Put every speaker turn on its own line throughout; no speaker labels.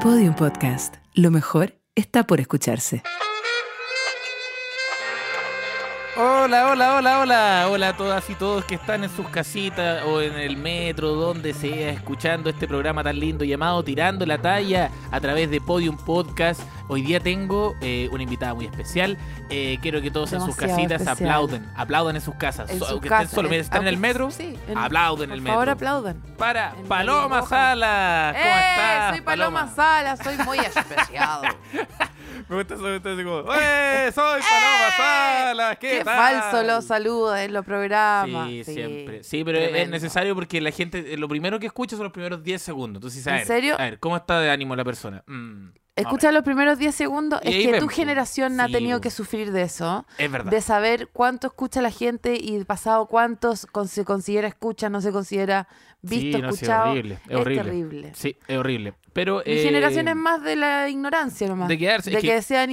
Podium Podcast. Lo mejor está por escucharse.
Hola, hola, hola, hola. Hola a todas y todos que están en sus casitas o en el metro, donde sea, escuchando este programa tan lindo llamado Tirando la Talla a través de Podium Podcast. Hoy día tengo eh, una invitada muy especial. Eh, quiero que todos en sus
Demasiado
casitas
especial.
aplauden. Aplaudan en sus casas.
En
So-
su
aunque
casa,
estén solos, mientras están en el
aunque-
metro,
sí,
aplauden en el
por
metro.
favor, aplaudan.
Para
en
Paloma
Paloma.
Salas. ¿Cómo
¡Eh!
estás?
Soy Paloma, Sala, soy muy especial.
Me gusta eso, me gusta así como, ¡Eh! ¡Soy Paloma Salas! ¿Qué,
Qué,
tal?
falso lo saluda en los programas.
Sí, siempre. Sí, pero es
Tremendo.
necesario porque la gente, eh, lo primero que escucha son los primeros 10 segundos. Entonces, dice, a
¿En
ver,
serio?
A ver, ¿cómo está de ánimo la persona? Mm,
Escucha los primeros 10 segundos.
Y
Es
ahí
que tu
vemos.
generación ha
Sí,
tenido
pues.
que sufrir de eso.
es verdad.
De saber cuánto escucha la gente y pasado cuántos con- se considera escucha, no se considera visto,
sí, no, sí,
escuchado.
es horrible. Es horrible.
terrible.
Sí, es horrible. Pero,
Mi
eh,
generación es más de la ignorancia nomás.
de quedarse- es
que,
que-
sean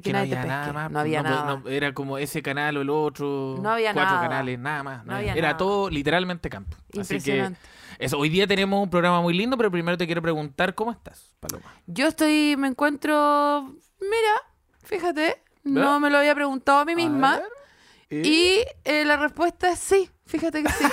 que
que,
no
nadie te
había nada
pesque.
más.
no había
pues,
nada.
no, era como ese canal o el otro.
No había
cuatro
nada.
canales, nada más.
No había
era
nada.
todo literalmente campo. Así que
Impresionante.
eso, hoy día tenemos un programa muy lindo, pero primero te quiero preguntar, ¿cómo estás, Paloma?
Yo estoy, me encuentro, mira, fíjate,
¿Verdad?
no me lo había preguntado a mí misma.
ver,
y eh, la respuesta es sí, fíjate que sí.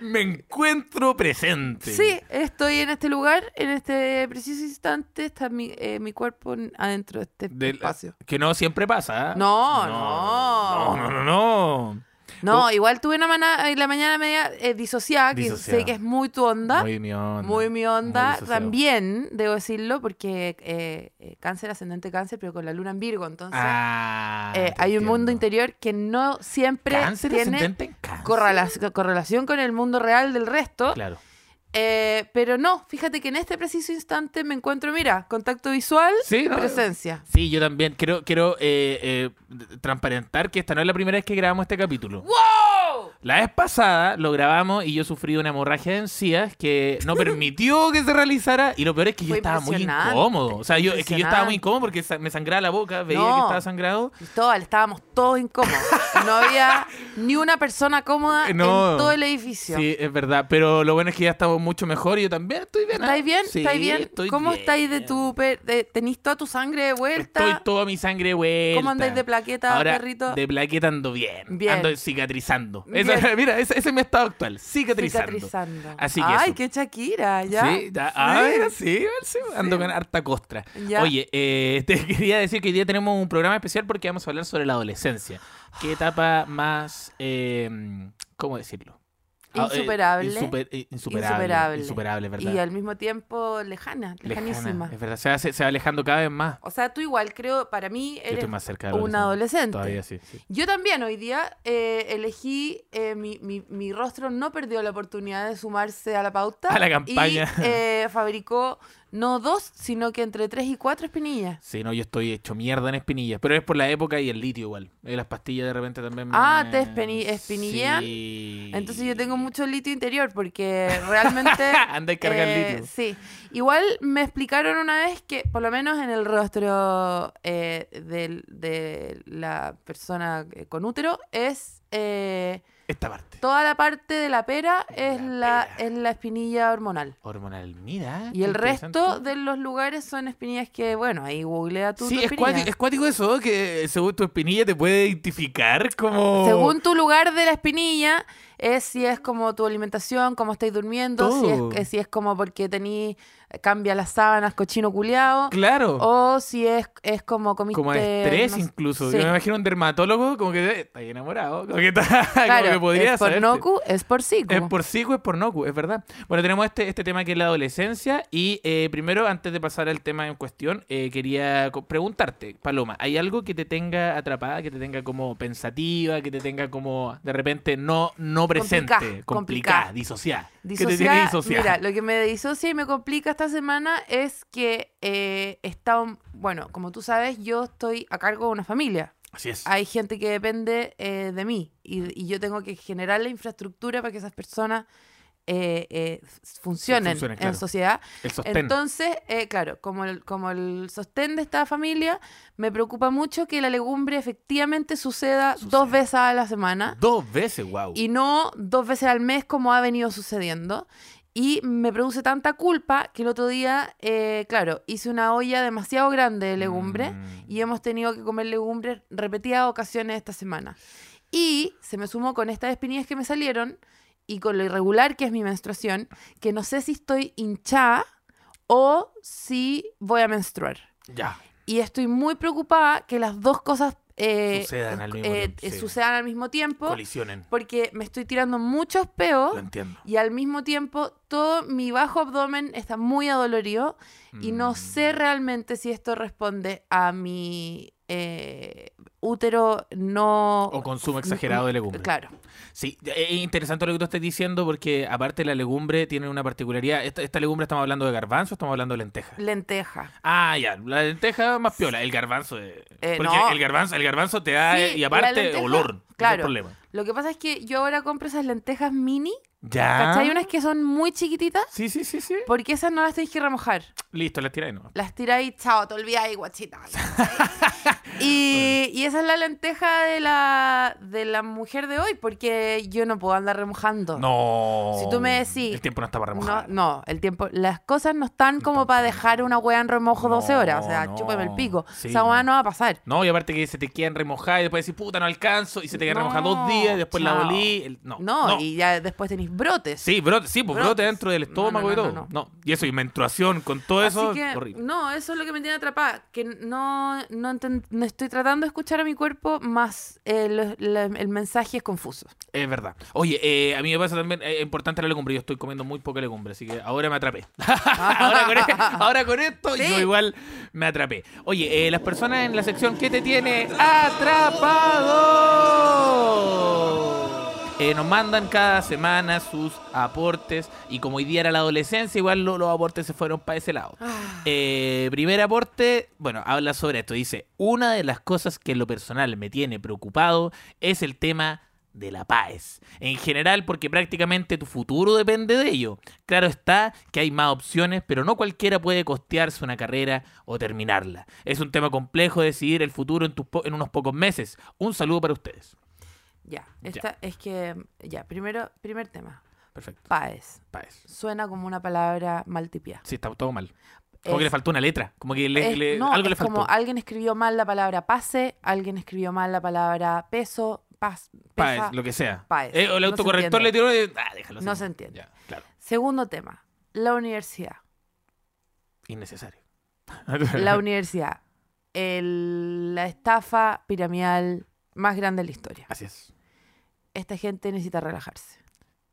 Me encuentro presente.
sí, estoy en este lugar, en este preciso instante, está mi, eh, mi cuerpo en- adentro de este
Del-
espacio.
Que no siempre pasa. ¿eh?
No,
No,
no.
no, no, no. oh.
No, igual tuve una mañana, la mañana media eh, disociada, que
Disociada.
sé que es muy tu onda.
Muy mi onda.
Muy mi onda
disociado.
también, debo decirlo, porque eh, eh, cáncer, ascendente cáncer, pero con la luna en Virgo, entonces
Ah,
eh,
te
hay un mundo
entiendo.
interior que no siempre
Cáncer
tiene
ascendente en cáncer.
correlación, correlación con el mundo real del resto.
Claro.
Eh, pero no, fíjate que en este preciso instante me encuentro, mira, contacto visual,
Sí, ¿no?
presencia.
Sí, yo también quiero, quiero eh, eh, d- transparentar que esta no es la primera vez que grabamos este capítulo.
¡Wow!
La vez pasada lo grabamos y yo sufrí una hemorragia de encías que no permitió que se realizara y lo peor es que yo
Fue
estaba muy
impresionante,
incómodo. O sea, yo, es que yo estaba muy
impresionante.
incómodo porque sa- me sangraba la boca, veía
No.
que estaba sangrado.
Cristóbal, estábamos todos incómodos. No había ni una persona cómoda
Eh, No.
en todo el edificio.
Sí, es verdad, pero lo bueno es que ya estamos mucho mejor y yo también estoy bien. ¿ah?
¿Estáis bien?
Sí,
¿Estáis bien?
estoy
¿Cómo
bien.
estáis de tu... per- de- ¿Tenéis toda tu sangre de vuelta?
Estoy toda mi sangre de vuelta.
¿Cómo andáis de plaqueta,
Ahora,
perrito?
De plaqueta ando bien.
Bien.
Ando cicatrizando.
Bien.
Eso- mira, ese, ese es mi estado actual. Cicatrizando.
Cicatrizando.
Así que
Ay,
eso.
qué Shakira, ya.
Sí, ya- ah, mira, sí, sí, ando con harta costra.
Ya.
Oye, eh, te quería decir que hoy día tenemos un programa especial porque vamos a hablar sobre la adolescencia.
Ah.
¿Qué etapa más, eh, cómo decirlo? Ah, eh,
Insuperable.
insuper- eh, insuperable.
Insuperable.
Insuperable, ¿verdad?
Y al mismo tiempo lejana,
Lejana,
lejanísima.
Es verdad, se va, se va alejando cada vez más.
O sea, tú igual creo, para mí
Yo
eres
estoy más cerca de
un adolescente.
Todavía sí, sí.
Yo también hoy día eh, elegí, eh, mi, mi- mi rostro no perdió la oportunidad de sumarse a la pauta.
A la campaña.
Y eh, fabricó no dos, sino que entre tres y cuatro espinillas.
Sí, no, yo estoy hecho mierda en espinillas. Pero es por la época y el litio igual. Eh, las pastillas de repente también me...
Ah, te espini- espinillean.
Sí.
Entonces yo tengo mucho litio interior porque realmente...
Anda a cargar
Eh,
litio.
Sí. Igual me explicaron una vez que, por lo menos en el rostro eh, del- de, la persona eh, con útero, es eh,
Esta parte.
toda la parte de la pera es
La
la,
pera.
es la espinilla hormonal.
Hormonal, mira.
Y
qué
el resto
interesante.
de los lugares son espinillas que, bueno, ahí googlea tú.
Sí,
tu
es
espinilla.
cuático, es cuático eso, que según tu espinilla te puede identificar como...
Según tu lugar de la espinilla, es si es como tu alimentación, cómo estáis durmiendo, si es,
Todo.
eh, si es como porque tení, cambia las sábanas, cochino culeado.
Claro.
O si es, es como comiste...
como estrés
no sé-
incluso.
sí.
Yo me imagino un dermatólogo como que eh, está ahí enamorado. Como que, está,
Claro,
como que podría
es por
saberte.
nocu, es por sicu.
Es por psico, es por nocu, es verdad. Bueno, tenemos este, este tema que es la adolescencia. Y eh, primero, antes de pasar al tema en cuestión, eh, quería co- preguntarte, Paloma, ¿hay algo que te tenga atrapada, que te tenga como pensativa, que te tenga como de repente no, no presente, complicada,
Complicá, complicá.
disociada? que te
Disociada-
tiene disociada.
Mira, lo que me disocia y me complica esta semana es que eh, está... un- bueno, como tú sabes, yo estoy a cargo de una familia.
Así es.
Hay gente que depende eh, de mí y, y yo tengo que generar la infraestructura para que esas personas eh, eh, funcionen,
funcionen,
en
claro.
sociedad.
El sostén.
Entonces, eh, claro, como el, como el sostén de esta familia, me preocupa mucho que la legumbre efectivamente suceda,
Suceda.
dos veces a la semana
Dos veces, wow.
y no dos veces al mes como ha venido sucediendo. Y me produce tanta culpa que el otro día, eh, claro, hice una olla demasiado grande de legumbre
Mm.
y hemos tenido que comer legumbres repetidas ocasiones esta semana. Y se me sumó con estas espinillas que me salieron y con lo irregular que es mi menstruación, que no sé si estoy hinchada o si voy a menstruar.
Ya.
Y estoy muy preocupada que las dos cosas eh,
Sucedan al mismo
eh,
tiempo,
eh,
sí.
sucedan al mismo tiempo,
Colisionen.
porque me estoy tirando muchos peos
Lo entiendo.
y al mismo tiempo todo mi bajo abdomen está muy adolorido y no
Mm.
sé realmente si esto responde a mi eh, útero no...
O consumo exagerado de legumbres.
Claro.
Sí, es interesante lo que tú estás diciendo porque aparte la legumbre tiene una particularidad. Esta, esta legumbre estamos hablando de garbanzo, o estamos hablando de lenteja.
Lenteja.
Ah, ya, la lenteja más piola, el garbanzo. eh,
Eh,
porque
no.
el garbanzo, el garbanzo te da
Sí,
eh, y
la
aparte
lenteja,
olor, ese es el
claro.
problema.
Lo que pasa es que yo ahora compro esas lentejas mini,
Ya.
¿cachai? Unas que son muy chiquititas,
Sí, sí, sí, sí.
porque esas no las tenéis que remojar.
Listo, la tiráis no.
Las tiráis, chao, te olvidáis, guachita. y, y esa es la lenteja de la, de la mujer de hoy, porque yo no puedo andar remojando.
No.
Si tú me decís-
El tiempo no está para
No,
remojar.
no, el tiempo, las cosas no están como
están
para
para
dejar una weá en remojo 12
No,
horas. O sea,
no.
chúpame el pico.
Sí,
Esa weá
no.
no va a pasar.
No, y aparte que se te quedan remojadas y después decís, puta, no alcanzo. Y se te quedan
No,
remojadas dos días y después la
chao.
olí. el- No,
No, y ya después tenéis brotes.
Sí, brote, sí, pues
Brotes.
brote dentro del
No, no,
estómago
no,
y todo.
no,
No, Y eso, y menstruación, con todo eso,
Así que,
horrible.
no, eso es lo que me tiene atrapada. Que no, no, enten- no estoy tratando de escuchar a mi cuerpo, más el, el mensaje es confuso.
Es verdad. Oye, eh, a mí me pasa también, eh, es importante la legumbre. Yo estoy comiendo muy poca legumbre, así que ahora me atrapé. ahora, con, e- ahora con esto,
Sí.
yo igual me atrapé. Oye, eh, las personas en la sección ¿Qué te tiene atrapado? Eh, nos mandan cada semana sus aportes y como hoy día era la adolescencia, igual lo- los aportes se fueron para ese lado. Eh, primer aporte, bueno, habla sobre esto. Dice, una de las cosas que en lo personal me tiene preocupado es el tema de la paz. En general, porque prácticamente tu futuro depende de ello. Claro está que hay más opciones, pero no cualquiera puede costearse una carrera o terminarla. Es un tema complejo decidir el futuro en, tus po- en unos pocos meses. Un saludo para ustedes.
Ya,
Ya.
esta es que, ya, primero, primer tema.
Perfecto.
Paes.
Paz.
Suena como una palabra mal tipiada.
Sí, está todo mal. Como
Es-
que le faltó una letra. Como que le-
Es-
le-
no,
algo
es
le faltó.
como alguien escribió mal la palabra pase, alguien escribió mal la palabra peso, pas,
Páez,
pesa.
lo que sea.
Páez.
Eh, o el
No se
autocorrector le tiró. eh, ah, déjalo
No
así.
se entiende.
Ya, claro.
Segundo tema, la universidad.
Innecesario.
La universidad, el- la estafa piramidal más grande de la historia.
Así es.
Esta gente necesita relajarse.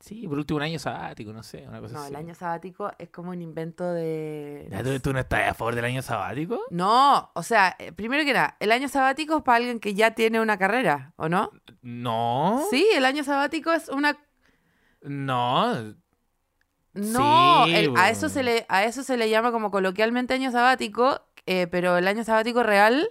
Sí, por último un año sabático, no sé, una cosa
No,
así.
el año sabático es como un invento de...
Pues Ya, ¿tú, tú no estás a favor del año sabático?
No, o sea, eh, primero que nada, el año sabático es para alguien que ya tiene una carrera, ¿o no?
No.
Sí, el año sabático es una
No.
No,
Sí,
el- a eso
bo.
se le a eso se le llama como coloquialmente año sabático, eh, pero el año sabático real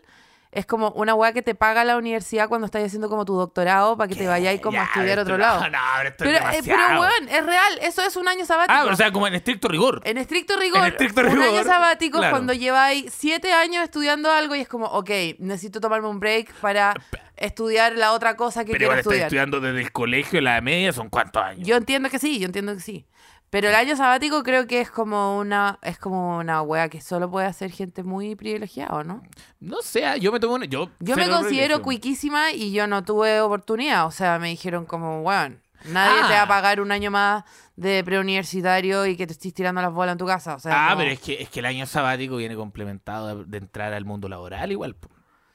es como una weá que te paga la universidad cuando estás haciendo como tu doctorado para que te vayáis como a
Ya,
estudiar a
pero
otro
esto-
lado.
No, no, pero esto es
pero, eh, pero,
demasiado.
weón, es real, eso es un año sabático.
Ah, pero, o sea, como en estricto rigor.
en estricto rigor,
en estricto
un año
rigor,
sabático es
claro.
cuando lleváis siete años estudiando algo y es como, ok, necesito tomarme un break para estudiar la otra cosa que
Pero
quiero
igual estás
estudiar.
estudiando desde el colegio, la media, son cuántos años.
Yo entiendo que sí, yo entiendo que sí. Pero el año sabático creo que es como una es como una wea que solo puede hacer gente muy privilegiada, ¿o ¿no?
No sé, ah, yo me tomo una. Yo,
Yo me
cero
considero
privilegio.
cuiquísima y yo no tuve oportunidad. O sea, me dijeron como, weón, nadie te va
Ah.
a pagar un año más de preuniversitario y que te estés tirando las bolas en tu casa. O sea,
Ah,
como-
pero es que, es que el año sabático viene complementado de, de entrar al mundo laboral igual. po.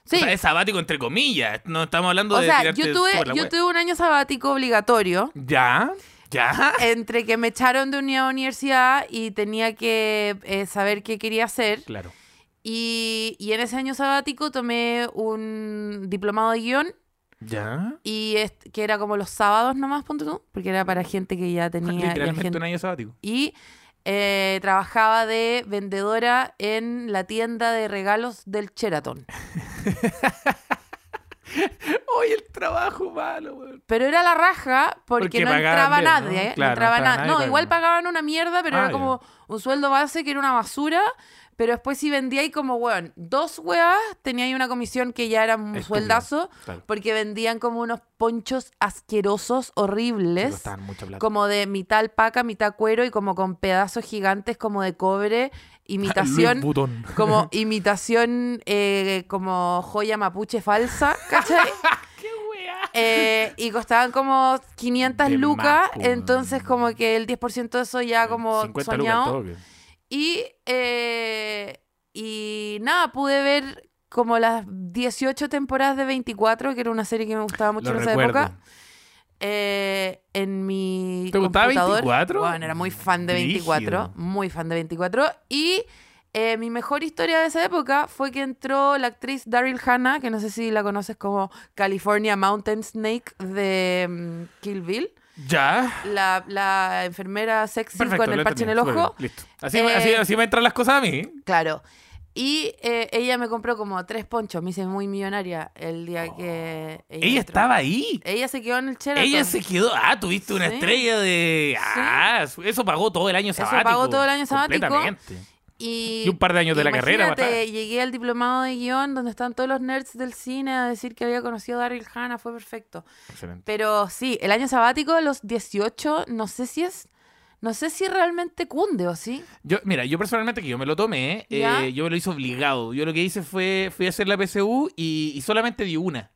Sí.
O sea, es sabático entre comillas. No estamos hablando
O
de
sea,
tirarte
yo
por la
tuve, yo
wea.
tuve un año sabático obligatorio.
Ya, ya.
Entre que me echaron de una universidad y tenía que eh, saber qué quería hacer.
Claro.
Y, y en ese año sabático tomé un diplomado de guión,
Ya.
y est- que era como los sábados nomás, ponte tú, porque era para gente que ya tenía... ya
Literalmente
gente-
un año sabático.
y eh, trabajaba de vendedora en la tienda de regalos del Sheraton.
Hoy el trabajo malo, weón.
Pero era la raja porque,
Porque
no
pagaban
entraba
bien, ¿no?
nadie. ¿eh? No,
Claro, no
entraba
entraba
na-
nadie,
no,
pagaban.
igual pagaban una mierda, pero
Ah,
era
ya.
como un sueldo base que era una basura, Pero después si vendía ahí como, weón, dos weas, tenía ahí una comisión que ya era un
Estúpido.
sueldazo,
Claro.
porque vendían como unos ponchos asquerosos,
Sí,
horribles,
costaban mucha plata.
como de mitad alpaca, mitad cuero y como con pedazos gigantes como de cobre, imitación,
Luis Butón.
como imitación, eh, como joya mapuche falsa, ¿cachai? Eh, y costaban como 500
De
lucas,
más, po, weón.
entonces como que el 10% de eso ya como
50 lucas
soñado.
al toque.
Y, eh, y nada, pude ver como las 18 temporadas de 24, que era una serie que me gustaba mucho
Lo
en esa
recuerdo.
época. eh, en mi
¿Te gustaba
computador.
24?
Bueno, era muy fan de 24,
Brígido.
muy fan de 24. Y eh, mi mejor historia de esa época fue que entró la actriz Daryl Hannah, que no sé si la conoces como California Mountain Snake de mm, Kill Bill,
Ya.
la, la enfermera sexy
Perfecto,
con el
lo
parche en el
entendí, súper
ojo.
bien, Listo. Así,
Eh,
así, así me entran las cosas a mí.
Claro. Y eh, ella me compró como tres ponchos. Me hice muy millonaria el día que.
Oh. Ella
entró.
estaba ahí.
Ella se quedó en el Sheraton.
Ella se quedó. Ah, tuviste una
Sí.
estrella de. Ah, eso pagó todo el año
Eso
sabático.
pagó todo el año sabático.
Completamente.
Y,
Y un par de años de la carrera,
imagínate,
¿verdad?
Llegué al diplomado de guión donde están todos los nerds del cine a decir que había conocido a Daryl Hannah. Fue perfecto.
Excelente.
Pero sí, el año sabático, los 18, no sé si es. No sé si realmente cunde o sí.
Yo, mira, yo personalmente que yo me lo tomé, eh,
¿Ya?
yo me lo hice obligado. Yo lo que hice fue, fui a hacer la PSU y, y solamente di una.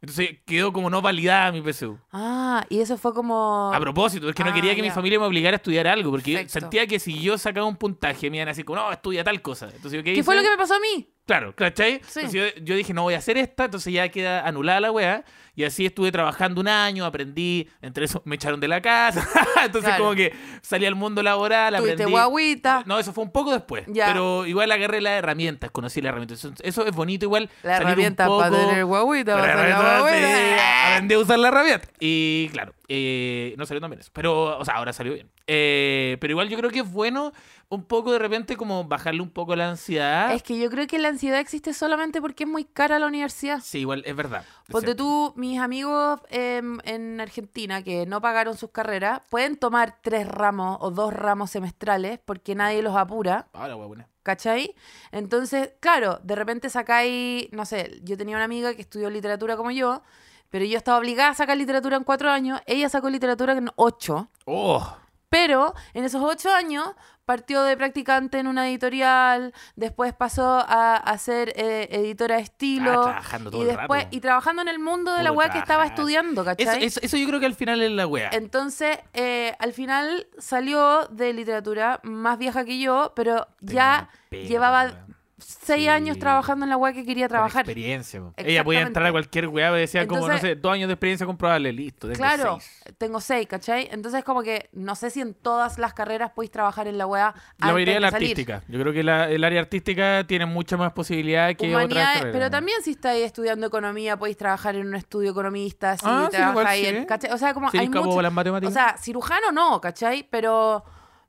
Entonces quedó como no validada mi PSU.
Ah, y eso fue como.
A propósito, es que no
Ah,
quería que mi
ya.
familia me obligara a estudiar algo, porque yo
Perfecto.
sentía que si yo sacaba un puntaje me iban a decir como, no, estudia tal cosa. Entonces yo qué,
¿Qué fue
hice?
lo que me pasó a mí?
Claro, ¿cachai?
Sí.
Entonces yo, yo dije, no voy a hacer esta, entonces ya queda anulada la weá. Y así estuve trabajando un año, aprendí, entre eso me echaron de la casa. entonces
Claro.
como que salí al mundo laboral,
Tuviste
aprendí.
guaguita.
No, eso fue un poco después.
Ya.
Pero igual agarré las herramientas, conocí las herramientas. Eso, eso es bonito igual.
la
salir un
herramienta
poco-
para tener guaguita.
pero
para eh. tener
herramientas,
guaguita.
sí, Aprendí a ¿ah? usar la herramienta. Y claro, eh, no salió tan bien eso. Pero, o sea, ahora salió bien. Eh, pero igual yo creo que es bueno un poco de repente como bajarle un poco la ansiedad.
Es que yo creo que la ansiedad existe solamente porque es muy cara la universidad.
Sí, igual es verdad. Es
Ponte
cierto.
tú, mis amigos em, en Argentina que no pagaron sus carreras, pueden tomar tres ramos o dos ramos semestrales porque nadie los apura,
Ahora, weá, Ah, buena.
¿cachai? Entonces, claro, de repente sacáis, no sé, yo tenía una amiga que estudió literatura como yo, pero yo estaba obligada a sacar literatura en cuatro años, ella sacó literatura en ocho.
Oh,
Pero en esos ocho años partió de practicante en una editorial, después pasó a, a ser eh, editora de
ah,
estilo.
trabajando todo
y después,
el rato.
y trabajando en el mundo de la
Puro
weá que estaba
trabajar.
estudiando,
Eso,
¿cachai?
eso- eso yo creo que al final es la weá.
Entonces, eh, al final salió de literatura más vieja que yo, pero ya llevaba seis
Sí.
años trabajando en la weá que quería trabajar.
experiencia. po. Ella podía entrar a
Exactamente.
cualquier weá, decía como, no
Entonces-
sé, dos años de experiencia comprobable, listo. tengo
Claro,
seis.
tengo seis, ¿cachai? Entonces, como que no sé si en todas las carreras podéis trabajar en la weá.
La
antes
mayoría de la
salir.
artística. Yo creo que la- el área artística tiene mucha más posibilidad que otras
Humanidades,
carreras.
pero también si estáis estudiando economía, podéis trabajar en un estudio economista, si
Ah, sí,
trabajáis
igual sí.
en- ¿cachai? O sea, como
Sí,
hay
cabo
mucho-
las
O
matemáticas.
sea, cirujano no, ¿cachai? Pero,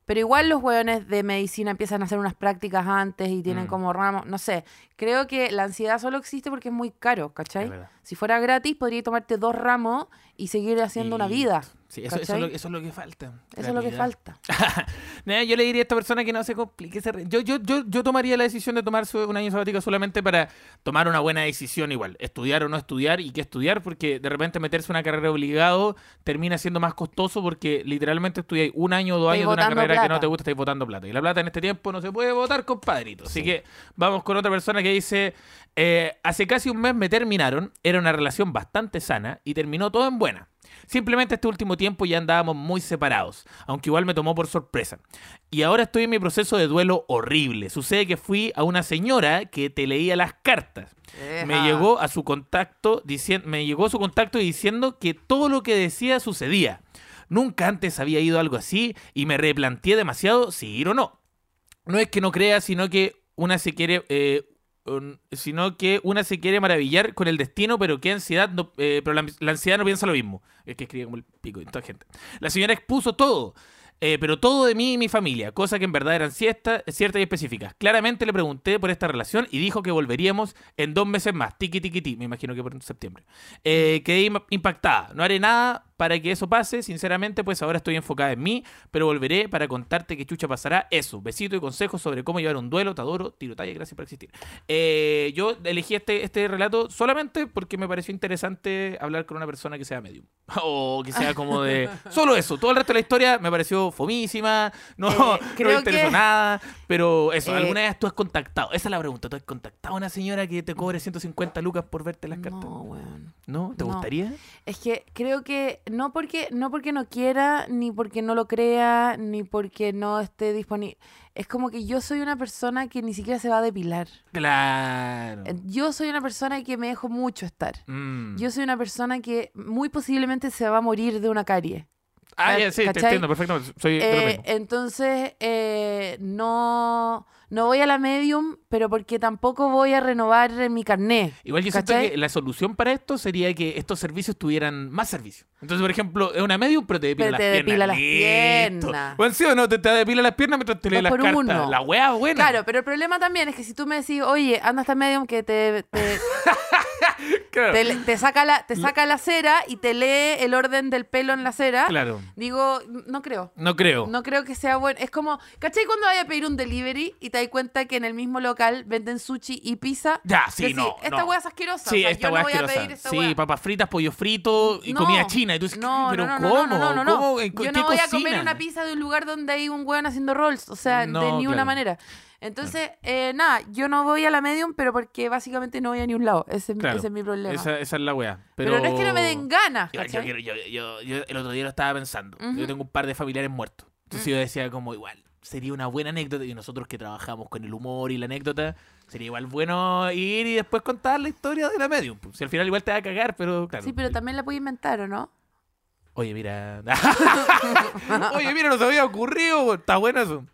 pero igual los hueones de medicina empiezan a hacer unas prácticas antes y tienen
Mm.
como ramos, no sé. Creo que la ansiedad solo existe porque es muy caro,
Es
¿cachai?
verdad.
Si fuera gratis, podría tomarte dos ramos y seguir haciendo una
Y-
vida.
Sí, eso, eso es
¿cachai?
lo, eso es lo que falta.
Eso es lo que
Creatividad.
falta.
Nah, yo le diría a esta persona que no se complique. se re- Yo, yo, yo, yo tomaría la decisión de tomar su- un año sabático solamente para tomar una buena decisión igual. Estudiar o no estudiar y qué estudiar, porque de repente meterse en una carrera obligado termina siendo más costoso porque literalmente estudiáis un año o dos
Estáis
años de una
botando
carrera que no
plata.
te gusta, estáis votando plata. Y la plata en este tiempo no se puede votar, compadrito. Así que vamos con otra persona que dice, eh, hace casi un mes me terminaron, era una relación bastante sana y terminó todo en buena. Simplemente este último tiempo ya andábamos muy separados, aunque igual me tomó por sorpresa. Y ahora estoy en mi proceso de duelo horrible. Sucede que fui a una señora que te leía las cartas. Me
Ejá.
llegó a su contacto diciendo, me llegó su contacto diciendo que todo lo que decía sucedía. Nunca antes había ido algo así y me replanteé demasiado si ir o no. No es que no crea, sino que una se quiere, eh, un- sino que una se quiere maravillar con el destino, pero qué ansiedad, no- eh, pero la, la ansiedad no piensa lo mismo. Es que escribe como el pico de toda gente. La señora expuso todo. eh, pero todo de mí y mi familia, cosa que en verdad eran ciertas cierta y específicas. Claramente le pregunté por esta relación y dijo que volveríamos en dos meses más. Tiki, tiki, ti. Me imagino que por septiembre. Eh, quedé im- impactada. No haré nada para que eso pase. Sinceramente, pues ahora estoy enfocada en mí, pero volveré para contarte qué chucha pasará. Eso, besito y consejos sobre cómo llevar un duelo, te adoro, tiro talla, gracias por existir. Eh, yo elegí este, este relato solamente porque me pareció interesante hablar con una persona que sea medium. o que sea como de... Solo eso, todo el resto de la historia me pareció fomísima, no,
Eh,
no
creo
me interesó
que-
nada, pero eso,
Eh,
¿alguna vez tú has contactado? Esa es la pregunta, ¿tú has contactado a una señora que te cobre 150 lucas por verte las cartas?
No, weón.
¿No? ¿Te
no.
gustaría?
Es que creo que no porque no porque no quiera, ni porque no lo crea, ni porque no esté disponible. Es como que yo soy una persona que ni siquiera se va a depilar.
Claro.
Eh, Yo soy una persona que me dejo mucho estar.
Mm.
Yo soy una persona que muy posiblemente se va a morir de una carie.
Ah,
ca-
ya, sí, te
¿cachai?
entiendo perfectamente. Soy de lo
Eh,
mismo.
entonces, eh, no, no voy a la medium, pero porque tampoco voy a renovar eh, mi carné.
Igual yo siento
¿cachai?
que la solución para esto sería que estos servicios tuvieran más servicios. Entonces, por ejemplo, es una medium, pero te depila
Pero
las
te
piernas.
depila las
Listo.
piernas.
Bueno, sí o no, te, te depila las piernas mientras te lee
Dos
las
por
cartas.
uno.
La wea buena.
Claro, pero el problema también es que si tú me decís, oye, anda hasta medium que te, te,
claro.
te, te saca la, te saca la cera y te lee el orden del pelo en la cera,
Claro.
digo, no creo.
No creo.
No creo que sea bueno. Es como, ¿cachai cuando vayas a pedir un delivery y te das cuenta que en el mismo local venden sushi y pizza?
Ya, sí,
Decís,
no.
Esta
no.
hueá es asquerosa.
Sí,
o sea,
esta
yo
wea
no voy a
asquerosa.
pedir esta
sí,
hueá.
papas fritas, pollo frito y
No,
comida china. Y tú dices,
no,
¿pero
no, no,
cómo?
No, no, no, no.
¿Cómo? ¿En cu-
Yo
qué
no voy a comer
cocinan?
una pizza de un lugar donde hay un hueón haciendo rolls. O sea,
No,
de ni una
claro.
manera. Entonces, eh, nada, yo no voy a la medium, pero porque básicamente no voy a ni un lado. Ese, es mi-
Claro,
ese es mi problema.
Esa, esa es la wea. Pero...
Pero... no es que no me den ganas,
Yo, yo
¿cachai?
quiero- yo- yo- yo el otro día lo estaba pensando. Yo
Ujú.
tengo un par de familiares muertos. Entonces yo decía como igual, sería una buena anécdota. Y nosotros que trabajamos con el humor y la anécdota, sería igual bueno ir y después contar la historia de la medium. pues. Si al final igual te va a cagar, pero claro.
Sí, pero también la puedo inventar, ¿o no?
Oye, mira. Oye, mira, nos había ocurrido. güey. Está bueno eso.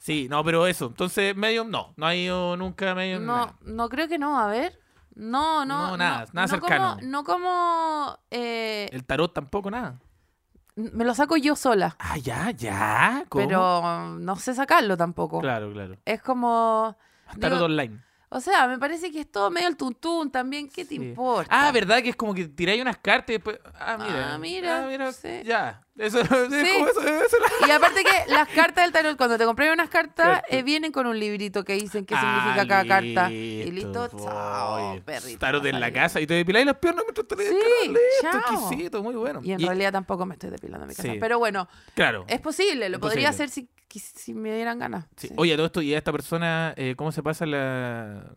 Sí, no, pero eso. Entonces, medium, no. No ha ido nunca a medium.
No,
nada.
no creo que no, a ver. No, no.
No, nada, nada
no como-
cercano.
no como. eh,
El tarot tampoco, nada.
Me lo saco yo sola,
Ah, ya, ya. ¿Cómo?
pero um, no sé sacarlo tampoco.
Claro, claro.
Es como.
Tarot
digo,
online.
O sea, me parece que es todo medio el tuntún también. ¿Qué
Sí.
te importa?
Ah, ¿verdad? Que es como que tiráis unas cartas y después. Ah, mira.
Ah, mira, sí.
Ya. Eso, es como eso, eso es la-
Y aparte que las cartas del tarot, cuando te compré unas cartas,
Cierto.
eh, vienen con un librito que dicen qué
Ah,
significa cada carta. Y listo,
listo,
chao,
voy.
perrito.
Tarot en la
salió.
casa y te depiláis las piernas mientras te lees el
Sí,
canal. Listo,
chao.
exquisito, muy bueno.
Y en
Y-
realidad tampoco me estoy depilando en mi casa.
Sí.
Pero bueno,
Claro.
es posible, lo
Es posible.
podría hacer si, quis- si me dieran ganas.
Sí.
sí.
Oye, a todo esto, y a esta persona, eh, ¿cómo se pasa la.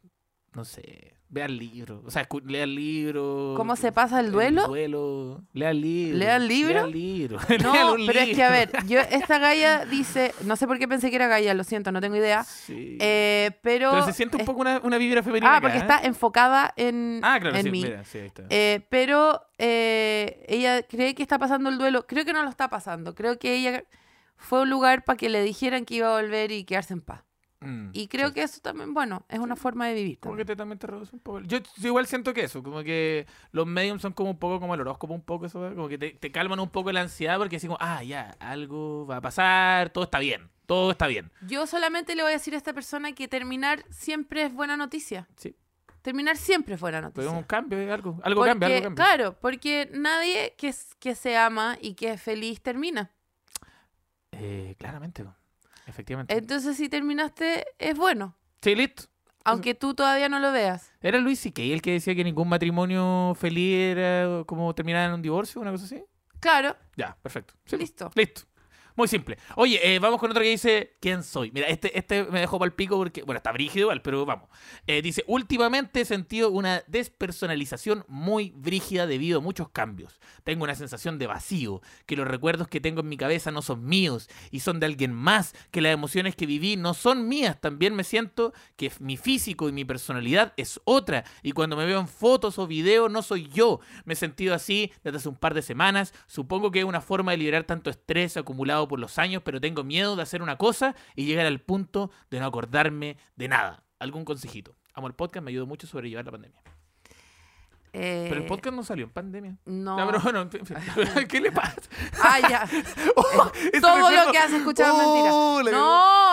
No sé. Vea el libro. O sea, escu- lea el libro.
¿Cómo se pasa el duelo?
duelo. Lea el libro.
¿Lea el libro?
Lea el libro.
No,
Lea un
pero es que a
libro.
ver, yo esta Gaia dice, no sé por qué pensé que era Gaia, lo siento, no tengo idea,
Sí.
eh, pero...
pero se siente un
es-
poco una, una vibra femenina.
Ah, porque
acá, ¿eh?
está enfocada en,
Ah, claro,
en
sí,
mí.
mira, sí, ahí está.
Eh, pero eh, ella cree que está pasando el duelo, creo que no lo está pasando, creo que ella fue a un lugar para que le dijeran que iba a volver y quedarse en paz.
Mm,
Y creo
sí.
que eso también, bueno, es una forma de vivir.
Como
también.
que te, también te reduce un poco. Yo, yo igual siento que eso, como que los mediums son como un poco como el horóscopo, un poco eso, ¿verdad? como que te, te calman un poco la ansiedad porque decimos, ah, ya, algo va a pasar, todo está bien, todo está bien.
Yo solamente le voy a decir a esta persona que terminar siempre es buena noticia.
Sí.
Terminar siempre es buena noticia.
Pero es un cambio, es algo, algo cambia, algo
Porque,
cambia.
Claro, porque nadie que, es- que se ama y que es feliz termina.
Eh, claramente, po. efectivamente.
Entonces, si terminaste, es bueno.
sí, listo.
Aunque tú todavía no lo veas.
¿Era Luis C.K. el que decía que ningún matrimonio feliz era como terminar en un divorcio, una cosa así?
Claro,
Ya, perfecto. Sí, po.
listo.
Listo. Muy simple. Oye, eh, vamos con otro que dice ¿Quién soy? Mira, este, este me dejó pal pico porque, bueno, está brígido igual, pero vamos. Eh, dice, últimamente he sentido una despersonalización muy brígida debido a muchos cambios. Tengo una sensación de vacío, que los recuerdos que tengo en mi cabeza no son míos y son de alguien más, que las emociones que viví no son mías. También me siento que mi físico y mi personalidad es otra y cuando me veo en fotos o videos no soy yo. Me he sentido así desde hace un par de semanas. Supongo que es una forma de liberar tanto estrés acumulado por los años, pero tengo miedo de hacer una cosa y llegar al punto de no acordarme de nada. ¿Algún consejito? Amo el podcast, me ayudó mucho a sobrellevar la pandemia.
Eh,
Pero el podcast no salió en pandemia.
No.
Ya, pero bueno, en fin, ¿qué le pasa?
Ah, ya.
Oh, ese
Todo lo
recuerdo-
que has escuchado es mentira.
Oh, la cagó.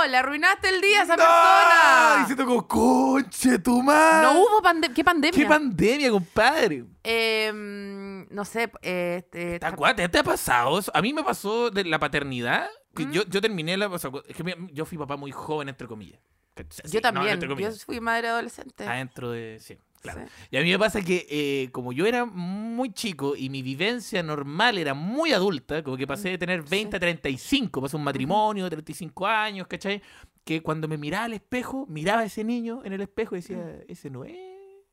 No, le arruinaste el día a esa
¡Ah! Y se
persona.
tocó, conche, tu madre.
No hubo pandemia. ¿Qué pandemia?
¿Qué pandemia, compadre?
Em, no sé, eh, este,
¿Te acuerdas? ¿Te- ¿Te ha pasado eso? A mí me pasó de la paternidad. Que
Mm.
yo, yo terminé la. o sea, es que mi- yo fui papá muy joven, entre comillas. ¿Cachai? Sí,
yo
no,
también,
entre
yo
comillas.
fui madre adolescente.
Adentro de. Sí, claro.
Sí.
Y a mí me pasa que, eh, como yo era muy chico y mi vivencia normal era muy adulta, como que pasé de tener 20 a 35, pasé un matrimonio de 35 años, ¿cachai? Que cuando me miraba al espejo, miraba a ese niño en el espejo y
Mm.
decía, ese no es,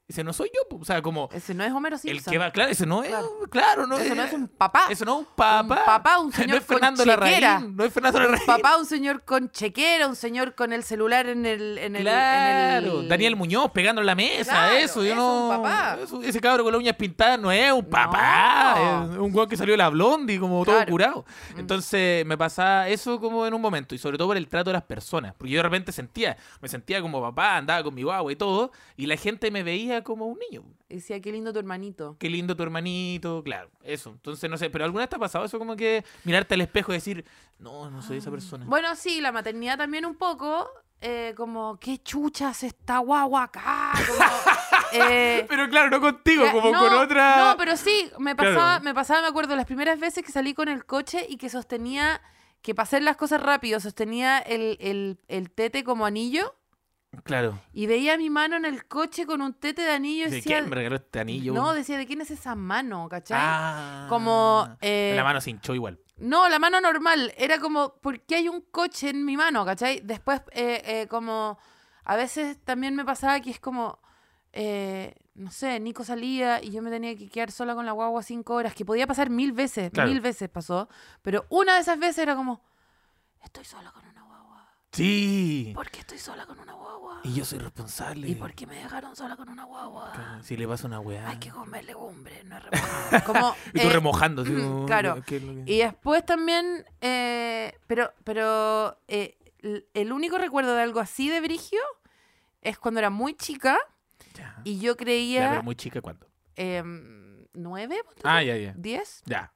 ese no soy yo. po". O sea, como,
Ese no es Homero
el
Simpson.
que va, claro, ese no es,
Claro.
claro, no
Eso no es un
un
papá.
eso no es un papá.
Un papá, un
no
señor
es Fernando
con chequera.
Larraín. No es Fernando Larraín.
Papá, un señor con chequera, un señor con el celular en el. En el- en el,
Claro, Daniel Muñoz pegando en la mesa,
Claro,
eso, yo
eso
no.
es un papá.
eso- ese cabro con las uñas pintadas no es un papá,
No.
es un guau que salió de la blondie como todo
Claro.
curado.
Mm.
Entonces me pasaba eso como en un momento y sobre todo por el trato de las personas, porque yo de repente sentía, me sentía como papá, andaba con mi guagua y todo, y la gente me veía como un niño.
Y decía, qué lindo tu hermanito.
Qué lindo tu hermanito, claro, eso. Entonces no sé, pero alguna vez te ha pasado eso como que mirarte al espejo y decir, no, no soy esa persona.
Ah. Bueno, sí, la maternidad también un poco. eh, como, qué chuchas está guagua acá. Como, eh,
Pero claro, no contigo,
Ya,
como
no,
con otra.
No, pero sí, me
Claro.
pasaba, me pasaba, me acuerdo, las primeras veces que salí con el coche y que sostenía, que para hacer las cosas rápido, sostenía el, el- el tete como anillo
Claro.
y veía mi mano en el coche con un tete de anillo y
¿De
decía.
quién me regaló este anillo?
No, decía, ¿de quién es esa mano, cachai?
Ah.
Como, eh,
La mano se hinchó igual.
No, la mano normal. Era como, ¿por qué hay un coche en mi mano? ¿Cachai? Después, eh, eh, como, a veces también me pasaba que es como, eh, no sé, Nico salía y yo me tenía que quedar sola con la guagua cinco horas, que podía pasar mil veces,
Claro.
mil veces pasó, pero una de esas veces era como, estoy sola con una guagua.
Sí.
¿Por qué estoy sola con una guagua?
Y yo soy responsable.
¿Y por qué me dejaron sola con una guagua?
Claro, Si le pasa una weá.
Hay que comer legumbres, no es remojado. Como,
Y tú
eh,
remojando. así,
mm,
oh,
claro.
¿qué es lo que-
Y después también, eh, pero, pero eh, l- el único recuerdo de algo así de Brigio es cuando era muy chica
Ya.
y yo
Ya,
creía
pero muy chica, ¿cuánto?
eh, nueve, ponte tú,
Ah, ya, ya.
diez,
Ya.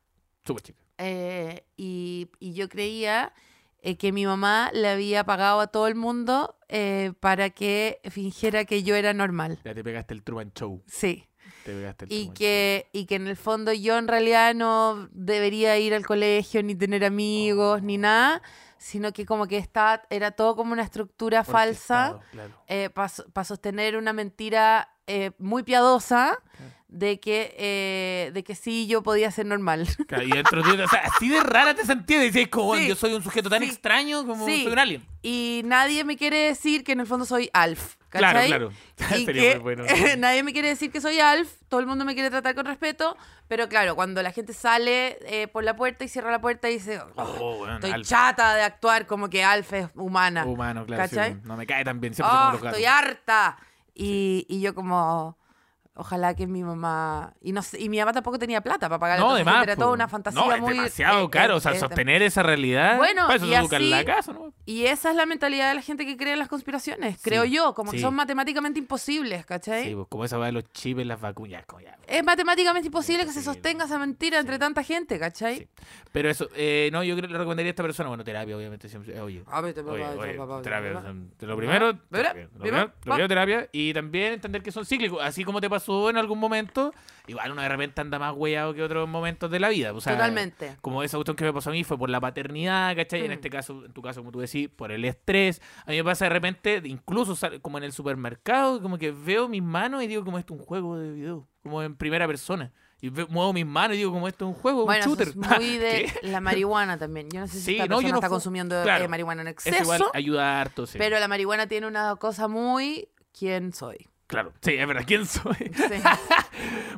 Súper chica.
eh, y, y yo creía eh, que mi mamá le había pagado a todo el mundo eh, para que fingiera que yo era normal.
Ya te pegaste el Truman Show.
Sí.
Te pegaste el
Y
Truman
que, y que en el fondo yo en realidad no debería ir al colegio, ni tener amigos, ni nada, sino que como que estaba, era todo como una estructura
Show.
falsa
Orquestado, claro.
para sostener una mentira eh, muy piadosa
Claro.
de que, eh, de que sí yo podía ser normal.
Claro, Y dentro de o sea, así de rara te sentías. Decías, como,
Sí.
yo soy un sujeto tan
Sí.
extraño como
Sí.
soy un alien.
Y nadie me quiere decir que en el fondo soy Alf. ¿cachai?
Claro, claro.
y
Sería
que
muy bueno.
nadie me quiere decir que soy Alf, todo el mundo me quiere tratar con respeto, pero claro, cuando la gente sale eh, por la puerta y cierra la puerta y dice, "Oh,
Oh, weón,
estoy
Alf.
chata de actuar como que Alf es humana,
Humano, claro. sí,
¿Cachai?
weón. no me cae tan bien. Siempre se
Oh,
como los gatos.
estoy harta. Y, y yo como, ojalá que mi mamá, y no sé- y mi mamá tampoco tenía plata para pagar,
No,
entonces
de más.
era
po.
toda una fantasía
no,
muy...
es demasiado
eh,
caro.
eh,
o sea,
eh,
sostener esa realidad.
Bueno,
para eso
y
se educa en la
así-
casa, ¿no?
Y esa es la mentalidad de la gente que cree en las conspiraciones,
Sí,
creo yo, como que
sí.
son matemáticamente imposibles, ¿cachai?
Sí, pues como esa va de los chips, las vacunas. como ya.
Es matemáticamente imposible que se
Imposible.
sostenga esa mentira entre
Sí.
tanta gente, ¿cachai?
Sí. Pero eso, eh, no, yo creo que le recomendaría a esta persona, bueno, terapia, obviamente. Siempre, eh, oye,
A ver, te-
oye,
Ah, papá,
oye,
te- papá, te-
terapia. o
papá.
sea, Lo primero,
¿Verdad?
terapia, lo primero, lo primero terapia. Y también entender que son cíclicos. Así como te pasó en algún momento, igual uno de repente anda más hueado que otros momentos de la vida. O sea,
Totalmente.
como esa cuestión que me pasó a mí fue por la paternidad, ¿cachai? En
Mm.
este caso, en tu caso, como tú decís, por el estrés. A mí me pasa de repente, de incluso sal- como en el supermercado, como que veo mis manos y digo, como esto es un juego de video, como en primera persona. Y ve- muevo mis manos y digo, como esto es un juego,
Bueno,
un
eso
shooter.
es muy de
¿Qué?
la marihuana también. Yo no sé si
Sí,
esta
no, yo
persona
no
está
fu-
consumiendo eh,
claro.
marihuana en exceso,
Eso igual ayuda harto, sí.
pero la marihuana tiene una cosa muy quién soy.
Claro, sí, es verdad, ¿quién soy?
Sí.